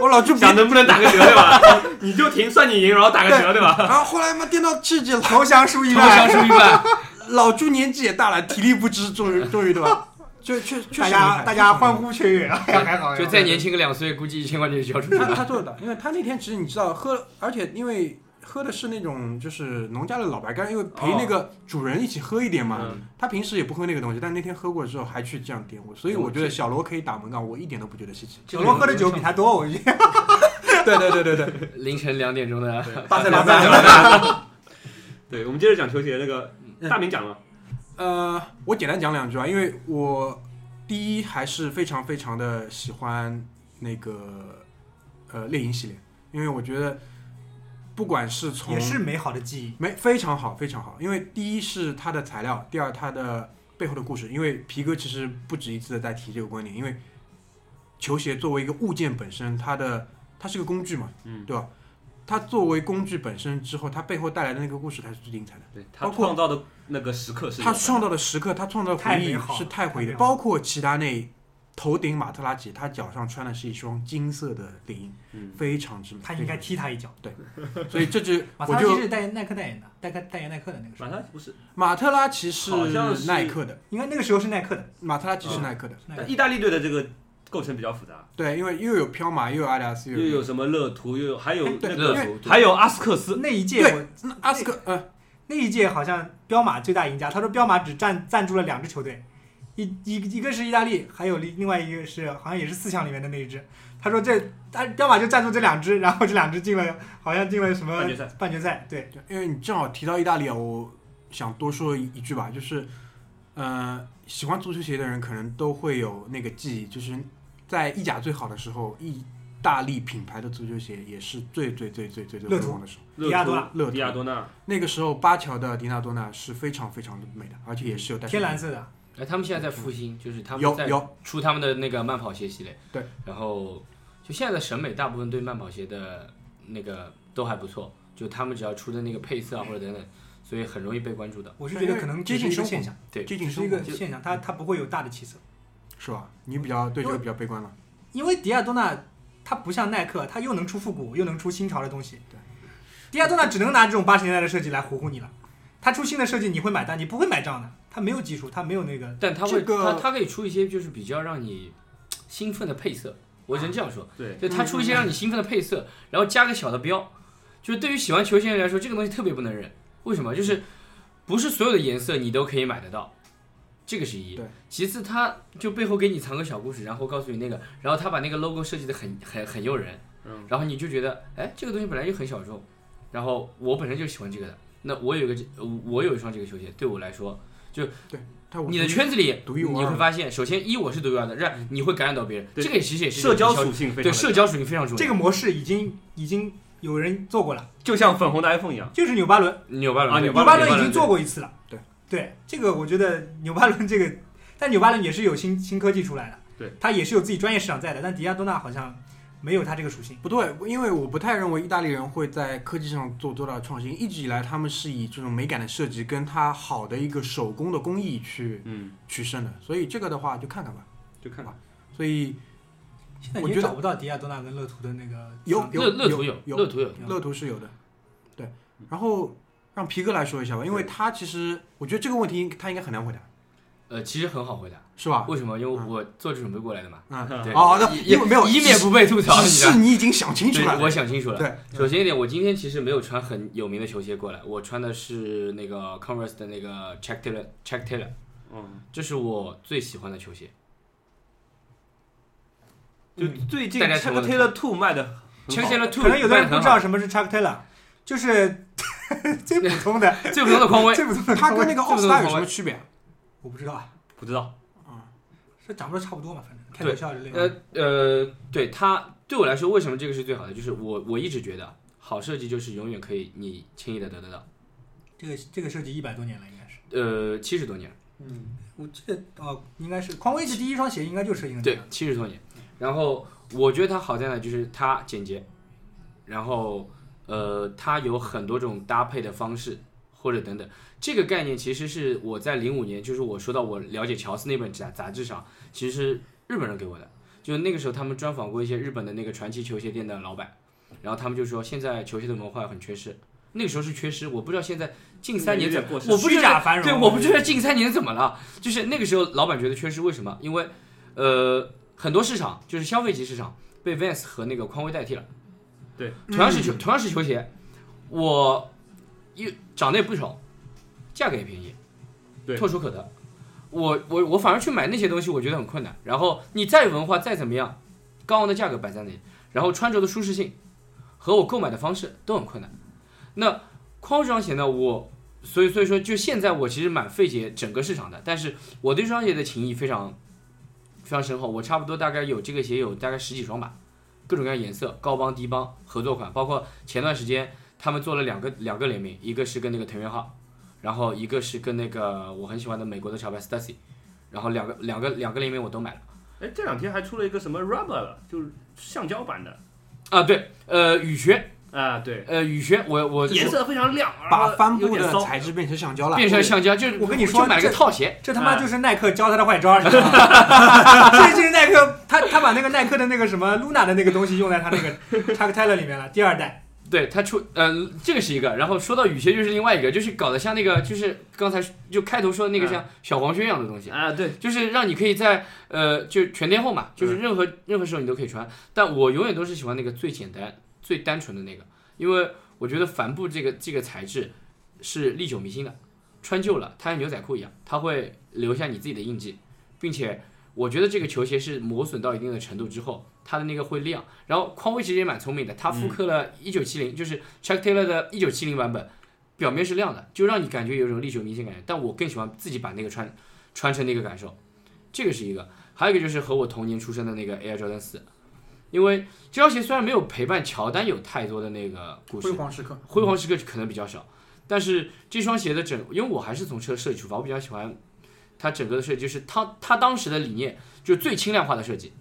Speaker 3: 我老就别
Speaker 5: 想能不能打个折对吧？ [LAUGHS] 你就停，算你赢，然后打个折对吧？
Speaker 3: 然后后来嘛，颠到七十几了，
Speaker 2: 投降输一
Speaker 4: 投降
Speaker 2: 半，
Speaker 4: 输一
Speaker 3: 哎
Speaker 4: 半，
Speaker 3: 老朱年纪也大了，体力不支，终于终于对吧？就确确
Speaker 2: 大
Speaker 3: 实
Speaker 2: 家大家欢。呼雀跃，哎呀还好
Speaker 4: 就再年轻个两岁，估计一千块钱就交出
Speaker 3: [LAUGHS]
Speaker 4: 去
Speaker 3: 他
Speaker 4: 了。
Speaker 3: 他做得到，因为他那天其实你知道喝，而且因为喝的是那种就是农家的老白干，因为陪那个主人一起喝一点嘛。
Speaker 5: 嗯
Speaker 3: 他平时也不喝那个东西，但那天喝过之后还去这样点哎我，所以我觉得小罗可以打门杠，我一点都不觉得稀奇。
Speaker 2: 小罗喝的酒比他多，我觉得。
Speaker 3: 对对对对对，
Speaker 4: [LAUGHS] 凌晨两点钟的
Speaker 3: 巴塞
Speaker 2: 罗
Speaker 3: 罗
Speaker 2: 那
Speaker 3: 那。
Speaker 5: 对，我们接着讲球鞋那个大明讲了，
Speaker 3: 呃，我简单讲两句啊，因为我第一还是非常非常的喜欢那个呃猎鹰系列，因为我觉得不管是从
Speaker 2: 也是美好的记忆。
Speaker 3: 没非常好，非常好。因为第一是它的材料，第二它的背后的故事。因为皮哥其实不止一次的在提这个观点，因为球鞋作为一个物件本身，它的它是个工具嘛，
Speaker 5: 嗯
Speaker 3: 对吧？它作为工具本身之后，它背后带来的那个故事才是最精彩的。
Speaker 5: 对他
Speaker 3: 包括
Speaker 5: 创造的那个时刻是
Speaker 3: 他创造的时刻，他创造的
Speaker 2: 太
Speaker 3: 回
Speaker 2: 美
Speaker 3: 忆
Speaker 2: 好了
Speaker 3: 是太回忆
Speaker 2: 太美
Speaker 3: 的，
Speaker 2: 好了
Speaker 3: 包括齐达内头顶马特拉齐，他脚上穿的是一双金色的猎鹰，
Speaker 5: 嗯
Speaker 3: 非常之美。
Speaker 2: 他应该踢他一脚。
Speaker 3: 所以这支
Speaker 2: 马
Speaker 3: 我
Speaker 2: 萨奇
Speaker 3: 就是
Speaker 2: 代言耐克代言的，代克代言耐克的那个时
Speaker 5: 马
Speaker 2: 候，
Speaker 5: 上不是，
Speaker 3: 马特拉齐是
Speaker 5: 好像是
Speaker 3: 耐克的，
Speaker 2: 应该那个时候是耐克的。
Speaker 3: 马特拉齐是耐克的。
Speaker 2: 耐克
Speaker 5: 但意大利队的这个构成比较复杂，
Speaker 3: 对，因为又有飘马，又有阿迪达斯，
Speaker 5: 又有什哎么乐图，又有还有那
Speaker 4: 乐
Speaker 5: 个，
Speaker 4: 福，对
Speaker 5: 还有阿斯克斯，
Speaker 2: 那一届
Speaker 3: 对
Speaker 2: 我
Speaker 3: 那阿斯克呃，
Speaker 2: 那一届好像彪马最大赢家，他说彪马只赞赞助了两支球队，一一一个是意大利，还有另另外一个是好像也是四强里面的那一支。他说这他彪马就赞助这两支，然后这两支进了好像进了什么
Speaker 5: 半决赛
Speaker 2: 半决赛，对，
Speaker 3: 因为你正好提到意大利啊，我想多说一一句吧，就是呃，喜欢足球鞋的人可能都会有那个记忆，就是在意甲最好的时候，意大利品牌的足球鞋也是最最最最最最
Speaker 2: 乐
Speaker 3: 辉
Speaker 2: 图
Speaker 3: 煌的时候。
Speaker 2: 迪亚多纳
Speaker 3: 乐
Speaker 5: 乐
Speaker 3: 图
Speaker 5: 图迪亚多纳，
Speaker 3: 那个时候，巴乔的迪纳多纳是非常非常美的，而且也是有带
Speaker 2: 天蓝色的，
Speaker 4: 哎，他们现在在复兴，就是他们
Speaker 3: 有
Speaker 4: 在
Speaker 3: 有
Speaker 4: 出他们的那个慢跑鞋系列。
Speaker 3: 对，
Speaker 4: 然后就现在的审美，大部分对慢跑鞋的那个都还不错，就他们只要出的那个配色啊或者等等，所以很容易被关注到。
Speaker 2: 我是觉得可能
Speaker 3: 接
Speaker 2: 只是一
Speaker 3: 近
Speaker 2: 个
Speaker 3: 生活
Speaker 2: 现象，
Speaker 4: 对
Speaker 3: 接近
Speaker 2: 只是一
Speaker 3: 生活
Speaker 2: 个现象，它它不会有大的起色。
Speaker 3: 是吧？你比较对这个比较悲观了。
Speaker 2: 因为迪亚多纳它不像耐克，它又能出复古，又能出新潮的东西。
Speaker 3: 对，
Speaker 2: 迪亚多纳只能拿这种八十年代的设计来唬唬你了。它出新的设计你会买单，你不会买账的。它没有技术，它没有那个。
Speaker 4: 但他会，
Speaker 3: 这个
Speaker 4: 他他可以出一些就是比较让你嘖兴奋的配色，我只能这样
Speaker 3: 啊
Speaker 4: 说，
Speaker 5: 对，
Speaker 4: 就他出一些让你兴奋的配色，然后加个小的标，就是对于喜欢球鞋的人来说，这个东西特别不能忍。为什么？就是不是所有的颜色你都可以买得到，这个是一
Speaker 3: 对。
Speaker 4: 其次，他就背后给你藏个小故事，然后告诉你那个，然后他把那个 logo 设计的很很很诱人，
Speaker 5: 嗯，
Speaker 4: 然后你就觉得，哎，这个东西本来就很小众，然后我本身就喜欢这个的，那我有一个这我有一双这个球鞋，对我来说。
Speaker 3: 但我
Speaker 4: 你的圈子里，
Speaker 3: 独一无二
Speaker 4: 你会发现，首先一我是独一无二的，让你会感染到别人，
Speaker 5: 对
Speaker 4: 这个其实也是
Speaker 5: 社交
Speaker 4: 一种
Speaker 5: 属性非常
Speaker 4: 对
Speaker 5: 的
Speaker 4: 社交属性非常重要。
Speaker 2: 这个模式已经已经有人做过了，
Speaker 5: 就像粉红的 iPhone 一样，
Speaker 2: 就是纽巴伦，
Speaker 4: 纽巴伦
Speaker 5: 啊
Speaker 4: 对
Speaker 5: 纽
Speaker 2: 纽
Speaker 5: 巴
Speaker 2: 巴
Speaker 5: 伦
Speaker 2: 伦已
Speaker 5: 对
Speaker 2: 经做过一次了。
Speaker 3: 对
Speaker 2: 对，这个我觉得纽巴伦这个，但纽巴伦也是有新新科技出来的，
Speaker 5: 对，
Speaker 2: 它也是有自己专业市场在的。但迪亚多纳好像没有它这个属性。
Speaker 3: 不对，因为我不太认为意大利人会在科技上做多大的创新。一直以来，他们是以这种美感的设计跟它好的一个手工的工艺去
Speaker 5: 嗯，
Speaker 3: 取胜的。所以这个的话，就看看吧。
Speaker 5: 就看看。
Speaker 3: 所以
Speaker 2: 现在
Speaker 3: 我
Speaker 2: 你也
Speaker 3: 觉得
Speaker 2: 找不到迪亚多纳跟乐图的那个
Speaker 3: 有
Speaker 2: 商标
Speaker 4: 乐乐图有
Speaker 3: 有有
Speaker 4: 乐图有，
Speaker 3: 乐图是有的，对。然后让皮哥来说一下吧，因为他其实我觉得这个问题他应该很难回答，
Speaker 4: 呃，其实很好回答，
Speaker 3: 是吧？
Speaker 4: 为什么？因为
Speaker 3: 嗯
Speaker 4: 我做准备过来的嘛。
Speaker 3: 嗯，
Speaker 4: 对
Speaker 3: 哦，那
Speaker 4: 也
Speaker 3: 因为没有，
Speaker 4: 以免不被吐槽，
Speaker 3: 只
Speaker 4: 你知道
Speaker 3: 是
Speaker 4: 吗。
Speaker 3: 你已经想清楚
Speaker 4: 对，
Speaker 3: [LAUGHS] 了。
Speaker 4: 我想清楚了。
Speaker 3: 对，
Speaker 4: 首先一点，我今天其实没有穿很有名的球鞋过来，我穿的是那个 Converse 的那个 Chuck Taylor Chuck Taylor，
Speaker 5: 嗯，
Speaker 4: 这是我最喜欢的球鞋。
Speaker 5: 就最近
Speaker 4: 大家
Speaker 5: Check
Speaker 4: 听我的
Speaker 5: Taylor Two 卖的
Speaker 4: Chuck Taylor Two
Speaker 2: 可能有的人不知
Speaker 4: 卖
Speaker 2: 道
Speaker 4: 得
Speaker 2: 什么是 Chuck Taylor，就是最普通的，
Speaker 4: 很好最普通的匡威，
Speaker 2: 最普通的。
Speaker 3: 他跟那个
Speaker 4: 这
Speaker 3: 奥
Speaker 4: 么
Speaker 3: 斯
Speaker 4: 多
Speaker 3: 卡有
Speaker 4: 口
Speaker 3: 什
Speaker 4: 味
Speaker 3: 么区别啊？
Speaker 2: 我不知道啊，
Speaker 5: 不知道，
Speaker 2: 这长得差不多嘛，反正开
Speaker 4: 对
Speaker 2: 玩笑之类的。
Speaker 4: 呃呃，对它对我来说，为什么这个是最好的？就是我我一直觉得，好设计就是永远可以你轻易的得得到。
Speaker 2: 这个这个设计一百多年了，应该是。
Speaker 4: 呃，七十多年，
Speaker 2: 我记得哦，应该是匡威是第一双鞋，应该就是设计的。
Speaker 4: 对，，七十多年。然后我觉得它好在哪，就是它简洁，然后呃，它有很多种搭配的方式或者等等。这个概念其实是我在零五年，就是我说到我了解乔斯那本杂杂志上，其实是日本人给我的。就是那个时候他们专访过一些日本的那个传奇球鞋店的老板，然后他们就说现在球鞋的文化很缺失。那个时候是缺失，我不知道现在近三年怎么，
Speaker 5: 有点过时
Speaker 4: 我不知
Speaker 2: 虚假
Speaker 4: 道
Speaker 2: 繁荣
Speaker 4: 对，我不知道近三年怎么了，就是那个时候老板觉得缺失，为什么？因为呃，很多市场就是消费级市场被 Vans 和那个匡威代替了。
Speaker 5: 对，
Speaker 4: 同样是球，同样是球鞋，我一长得也不丑，价格也便宜，
Speaker 5: 对
Speaker 4: 唾手可得。我我我反而去买那些东西，我觉得很困难。然后你再文化再怎么样，高昂的价格摆在那里，然后穿着的舒适性和我购买的方式都很困难。那匡威这双鞋呢，我所以所以说就现在我其实蛮费解整个市场的，但是我对这双鞋的情谊非常非常深厚，我差不多大概有这个鞋有大概十几双吧，各种各样颜色，高帮低帮合作款，包括前段时间他们做了两个两个联名，一个是跟那个藤原浩，然后一个是跟那个我很喜欢的美国的潮牌 Stussy，然后两个两个两个联名我都买了
Speaker 5: 哎，这两天还出了一个什么 Rubber 了，就是橡胶版的
Speaker 4: 啊，对，呃，雨靴，
Speaker 5: 啊，对，
Speaker 4: 呃，雨靴，我我
Speaker 5: 颜色非常亮，然
Speaker 3: 把
Speaker 5: 后
Speaker 3: 帆
Speaker 5: 有
Speaker 3: 布
Speaker 5: 点
Speaker 3: 的
Speaker 5: 骚
Speaker 3: 材质变成橡胶了。
Speaker 4: 变成橡胶，就是
Speaker 2: 我跟你说
Speaker 4: 就买了个
Speaker 2: 这
Speaker 4: 套鞋，
Speaker 2: 这他妈就是耐克教他的坏招，你知道吗？ [LAUGHS] 这就是耐克，他他把那个耐克的那个什么 Luna 的那个东西用在他那个 Chuck Taylor 里面了，第二代。
Speaker 4: 对他出，呃，这个是一个，然后说到雨鞋就是另外一个，就是搞得像那个，就是刚才就开头说的那个
Speaker 5: 嗯
Speaker 4: 像小黄靴一样的东西，
Speaker 5: 啊，对，
Speaker 4: 就是让你可以在呃，就全天候嘛，就是
Speaker 2: 嗯
Speaker 4: 任何、任何时候你都可以穿。但我永远都是喜欢那个最简单、最单纯的那个，因为我觉得帆布这个这个材质是历久弥新的，穿旧了它像牛仔裤一样，它会留下你自己的印记，并且我觉得这个球鞋是磨损到一定的程度之后，它的那个会亮。然后匡威其实也蛮聪明的，它复刻了1970，就是 Chuck Taylor 的1970版本。表面是亮的，就让你感觉有一种历久弥新感觉，但我更喜欢自己把那个穿穿成那个感受，这个是一个，还有一个就是和我同年出生的那个 Air Jordan 四，因为这双鞋虽然没有陪伴乔丹有太多的那个故
Speaker 3: 辉
Speaker 4: 事，
Speaker 3: 煌时刻，
Speaker 4: 辉煌时刻可能比较少，但是这双鞋的整，因为我还是从车设计出发，我比较喜欢它整个的设计，就是它它当时的理念就是最轻量化的设计，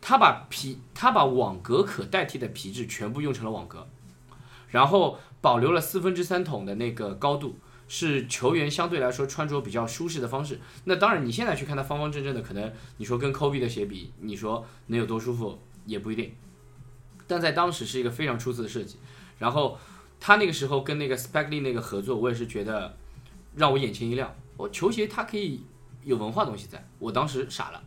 Speaker 4: 他把皮，他把网格可代替的皮质全部用成了网格，然后保留了四分之三筒的那个高度，是球员相对来说穿着比较舒适的方式。那当然，你现在去看他方方正正的，可能你说跟 Kobe 的鞋比，你说能有多舒服也不一定，但在当时是一个非常出色的设计。然后他那个时候跟那个 s p e c l e y 那个合作，我也是觉得让我眼前一亮。我球鞋它可以有文化东西在，我当时傻了。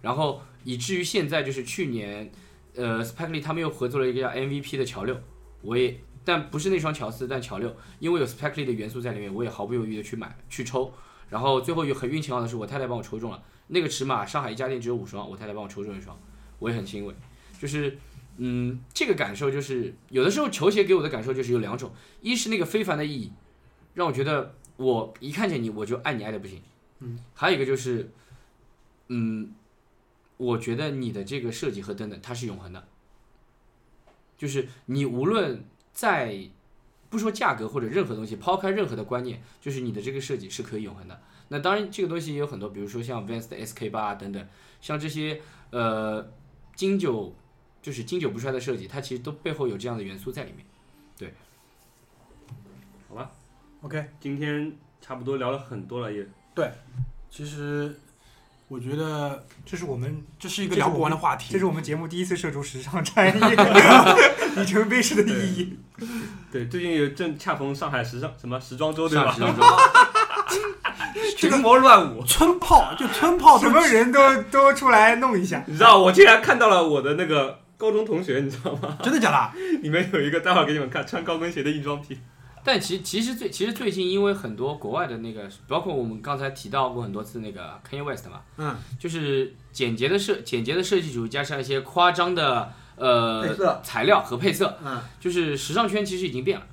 Speaker 4: 然后以至于现在就是去年，呃 s p e c l e y 他们又合作了一个叫 MVP 的乔六，我也但不是那双乔四，但乔六，因为有 s p e c l e y 的元素在里面，我也毫不犹豫的去买去抽。然后最后有很运气好的是，我太太帮我抽中了那个尺码，上海一家店只有五双，我太太帮我抽中一双，我也很欣慰。就是，嗯，这个感受就是有的时候球鞋给我的感受就是有两种，一是那个非凡的意义，让我觉得我一看见你我就爱你爱的不行。嗯，还有一个就是，嗯，我觉得你的这个设计和等等，它是永恒的，就是你无论在不说价格或者任何东西，抛开任何的观念，就是你的这个设计是可以永恒的。那当然，这个东西也有很多，比如说像 Vans 的 SK 八啊等等，像这些呃经久就是经久不衰的设计，它其实都背后有这样的元素在里面。
Speaker 5: 好吧，
Speaker 3: OK，
Speaker 5: 今天差不多聊了很多了，也
Speaker 3: 其实我觉得
Speaker 2: 这是我们
Speaker 3: 这是一
Speaker 2: 这
Speaker 3: 个
Speaker 2: 是
Speaker 3: 聊不
Speaker 2: 我
Speaker 3: 完
Speaker 2: 们
Speaker 3: 的话题。
Speaker 2: 这是我们节目第一次涉足时尚产业 [LAUGHS] 里程碑式的意义。
Speaker 5: 对，最近也正恰逢上海时尚什么时装周对吧
Speaker 4: 上？时装周
Speaker 5: 群魔乱舞，
Speaker 3: 村炮就村炮
Speaker 2: 什
Speaker 3: 都
Speaker 2: 么人都都出来弄一下。
Speaker 5: [LAUGHS] 你知道我竟然看到了我的那个高中同学，你知道吗？
Speaker 3: 真的假啊的？
Speaker 5: 里面有一个，待会儿给你们看穿高跟鞋的硬装癖。
Speaker 4: [LAUGHS] 但其其实最其实最近因为很多国外的那个，包括我们刚才提到过很多次那个 Kanye West 嘛，
Speaker 3: 嗯，
Speaker 4: 就是简洁的设简洁的设计主义加上一些夸张的
Speaker 3: 配
Speaker 4: 呃
Speaker 3: 色
Speaker 4: 材料和配色，
Speaker 3: 嗯，
Speaker 4: 就是时尚圈其实已经变了，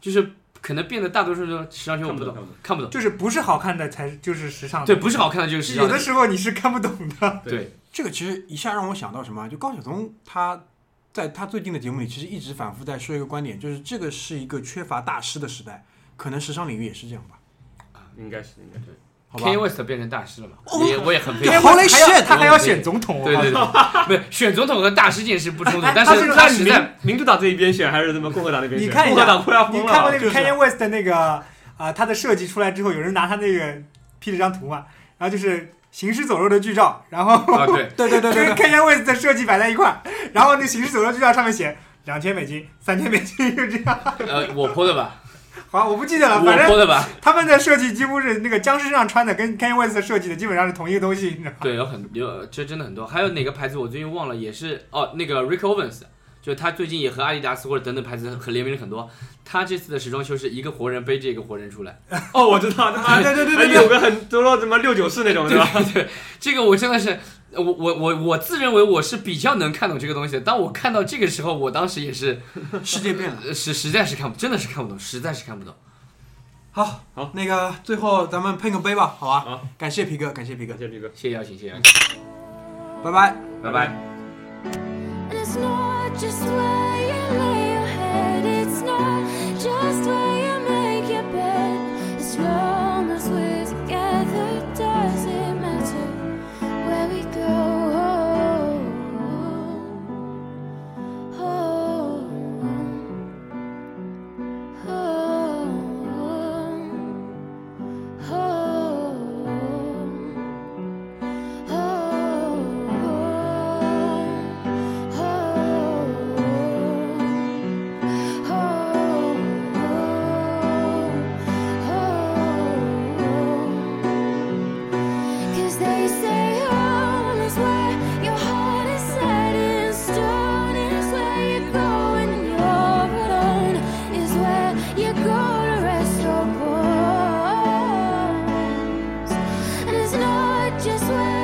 Speaker 4: 就是可能变得大多数人时尚圈我不懂
Speaker 5: 看不懂看不懂，
Speaker 4: 看不懂，
Speaker 2: 就是不是好看的才就是时尚的，
Speaker 4: 对，不是好看的就是时
Speaker 2: 有
Speaker 4: 尚
Speaker 2: 的时候你是看不懂的。
Speaker 4: 对
Speaker 3: 这个其实一下让我想到什么啊，就高晓松他在他最近的节目里，其实一直反复在说一个观点，就是这个是一个缺乏大师的时代，可能时尚领域也是这样吧。
Speaker 5: 应该是应该是。
Speaker 3: 好吧
Speaker 4: ，Kanye West 变成大师了嘛，
Speaker 3: 哦
Speaker 4: 我也我也很佩服
Speaker 3: 对。
Speaker 2: 后来
Speaker 3: Holy
Speaker 2: 还要
Speaker 3: shit，
Speaker 2: 他还要选
Speaker 4: 对
Speaker 2: 总统，
Speaker 4: [LAUGHS]
Speaker 2: 啊
Speaker 4: 对
Speaker 2: [LAUGHS]
Speaker 4: 对对，不是选总统和大师这件事不冲突
Speaker 2: 哎，
Speaker 4: 但
Speaker 2: 他是
Speaker 4: 他
Speaker 5: 是
Speaker 4: 实在
Speaker 5: 民民主党这一边选还是什么共和党那边选？
Speaker 2: 你看一
Speaker 5: 共和
Speaker 2: 下
Speaker 5: 党快要，疯
Speaker 2: 你
Speaker 5: 了。
Speaker 2: 看过那个
Speaker 5: 就是
Speaker 2: Kanye West 的那个啊、他的设计出来之后，有人拿他那个 P 了张图嘛，然后就是行尸走肉的剧照，然
Speaker 4: [LAUGHS]
Speaker 2: 后
Speaker 4: 啊，对，
Speaker 3: 对对对对
Speaker 2: 跟
Speaker 3: 对，
Speaker 2: Kanye West 的设计摆在一块儿，然后那行尸走肉剧照上面写两千美金、三千美金，就这样。
Speaker 4: 呃，我泼的吧，
Speaker 2: 好，我不记得了， [LAUGHS] 反
Speaker 4: 我泼
Speaker 2: 正
Speaker 4: 的吧，
Speaker 2: 他们的设计几乎是那个僵尸身上穿的，跟 Kanye West 的设计的基本上是同一个东西，你知道吗？
Speaker 4: 对，有很有，这真的很多。还有哪个牌子我最近忘了，也是哦，那个 Rick Owens，就他最近也和阿迪达斯或者等等牌子和联名了很多。他这次的时装秀是一个活人背着一个活人出来，
Speaker 5: 哦，我知 [LAUGHS] 道，他妈
Speaker 3: 对对对对对
Speaker 5: 哎有个很多肉什么六九式那种
Speaker 4: [LAUGHS]
Speaker 5: 对吧？
Speaker 4: 这个我真的是，我我我我自认为我是比较能看懂这个东西的。当我看到这个时候，我当时也是
Speaker 3: 世界变了。
Speaker 4: 呃实实在是看不，真的是看不懂，实在是看不懂。
Speaker 3: 好，
Speaker 5: 好，
Speaker 3: 那个最后咱们碰个杯吧，好吧？
Speaker 5: 好，
Speaker 3: 感谢皮哥，感谢皮哥
Speaker 5: 感，谢皮哥。
Speaker 4: 谢谢邀请，谢谢邀
Speaker 3: 拜拜。
Speaker 4: 请，拜拜。
Speaker 6: And it's not just where you lay your head, it's not just where you make your bed. As long as we're together, does it matter where we go? Oh, Home. oh, Home. Home. Cause they say home is where your heart is set in stone is where you go when you're alone is where you go to rest your bones. And it's not just where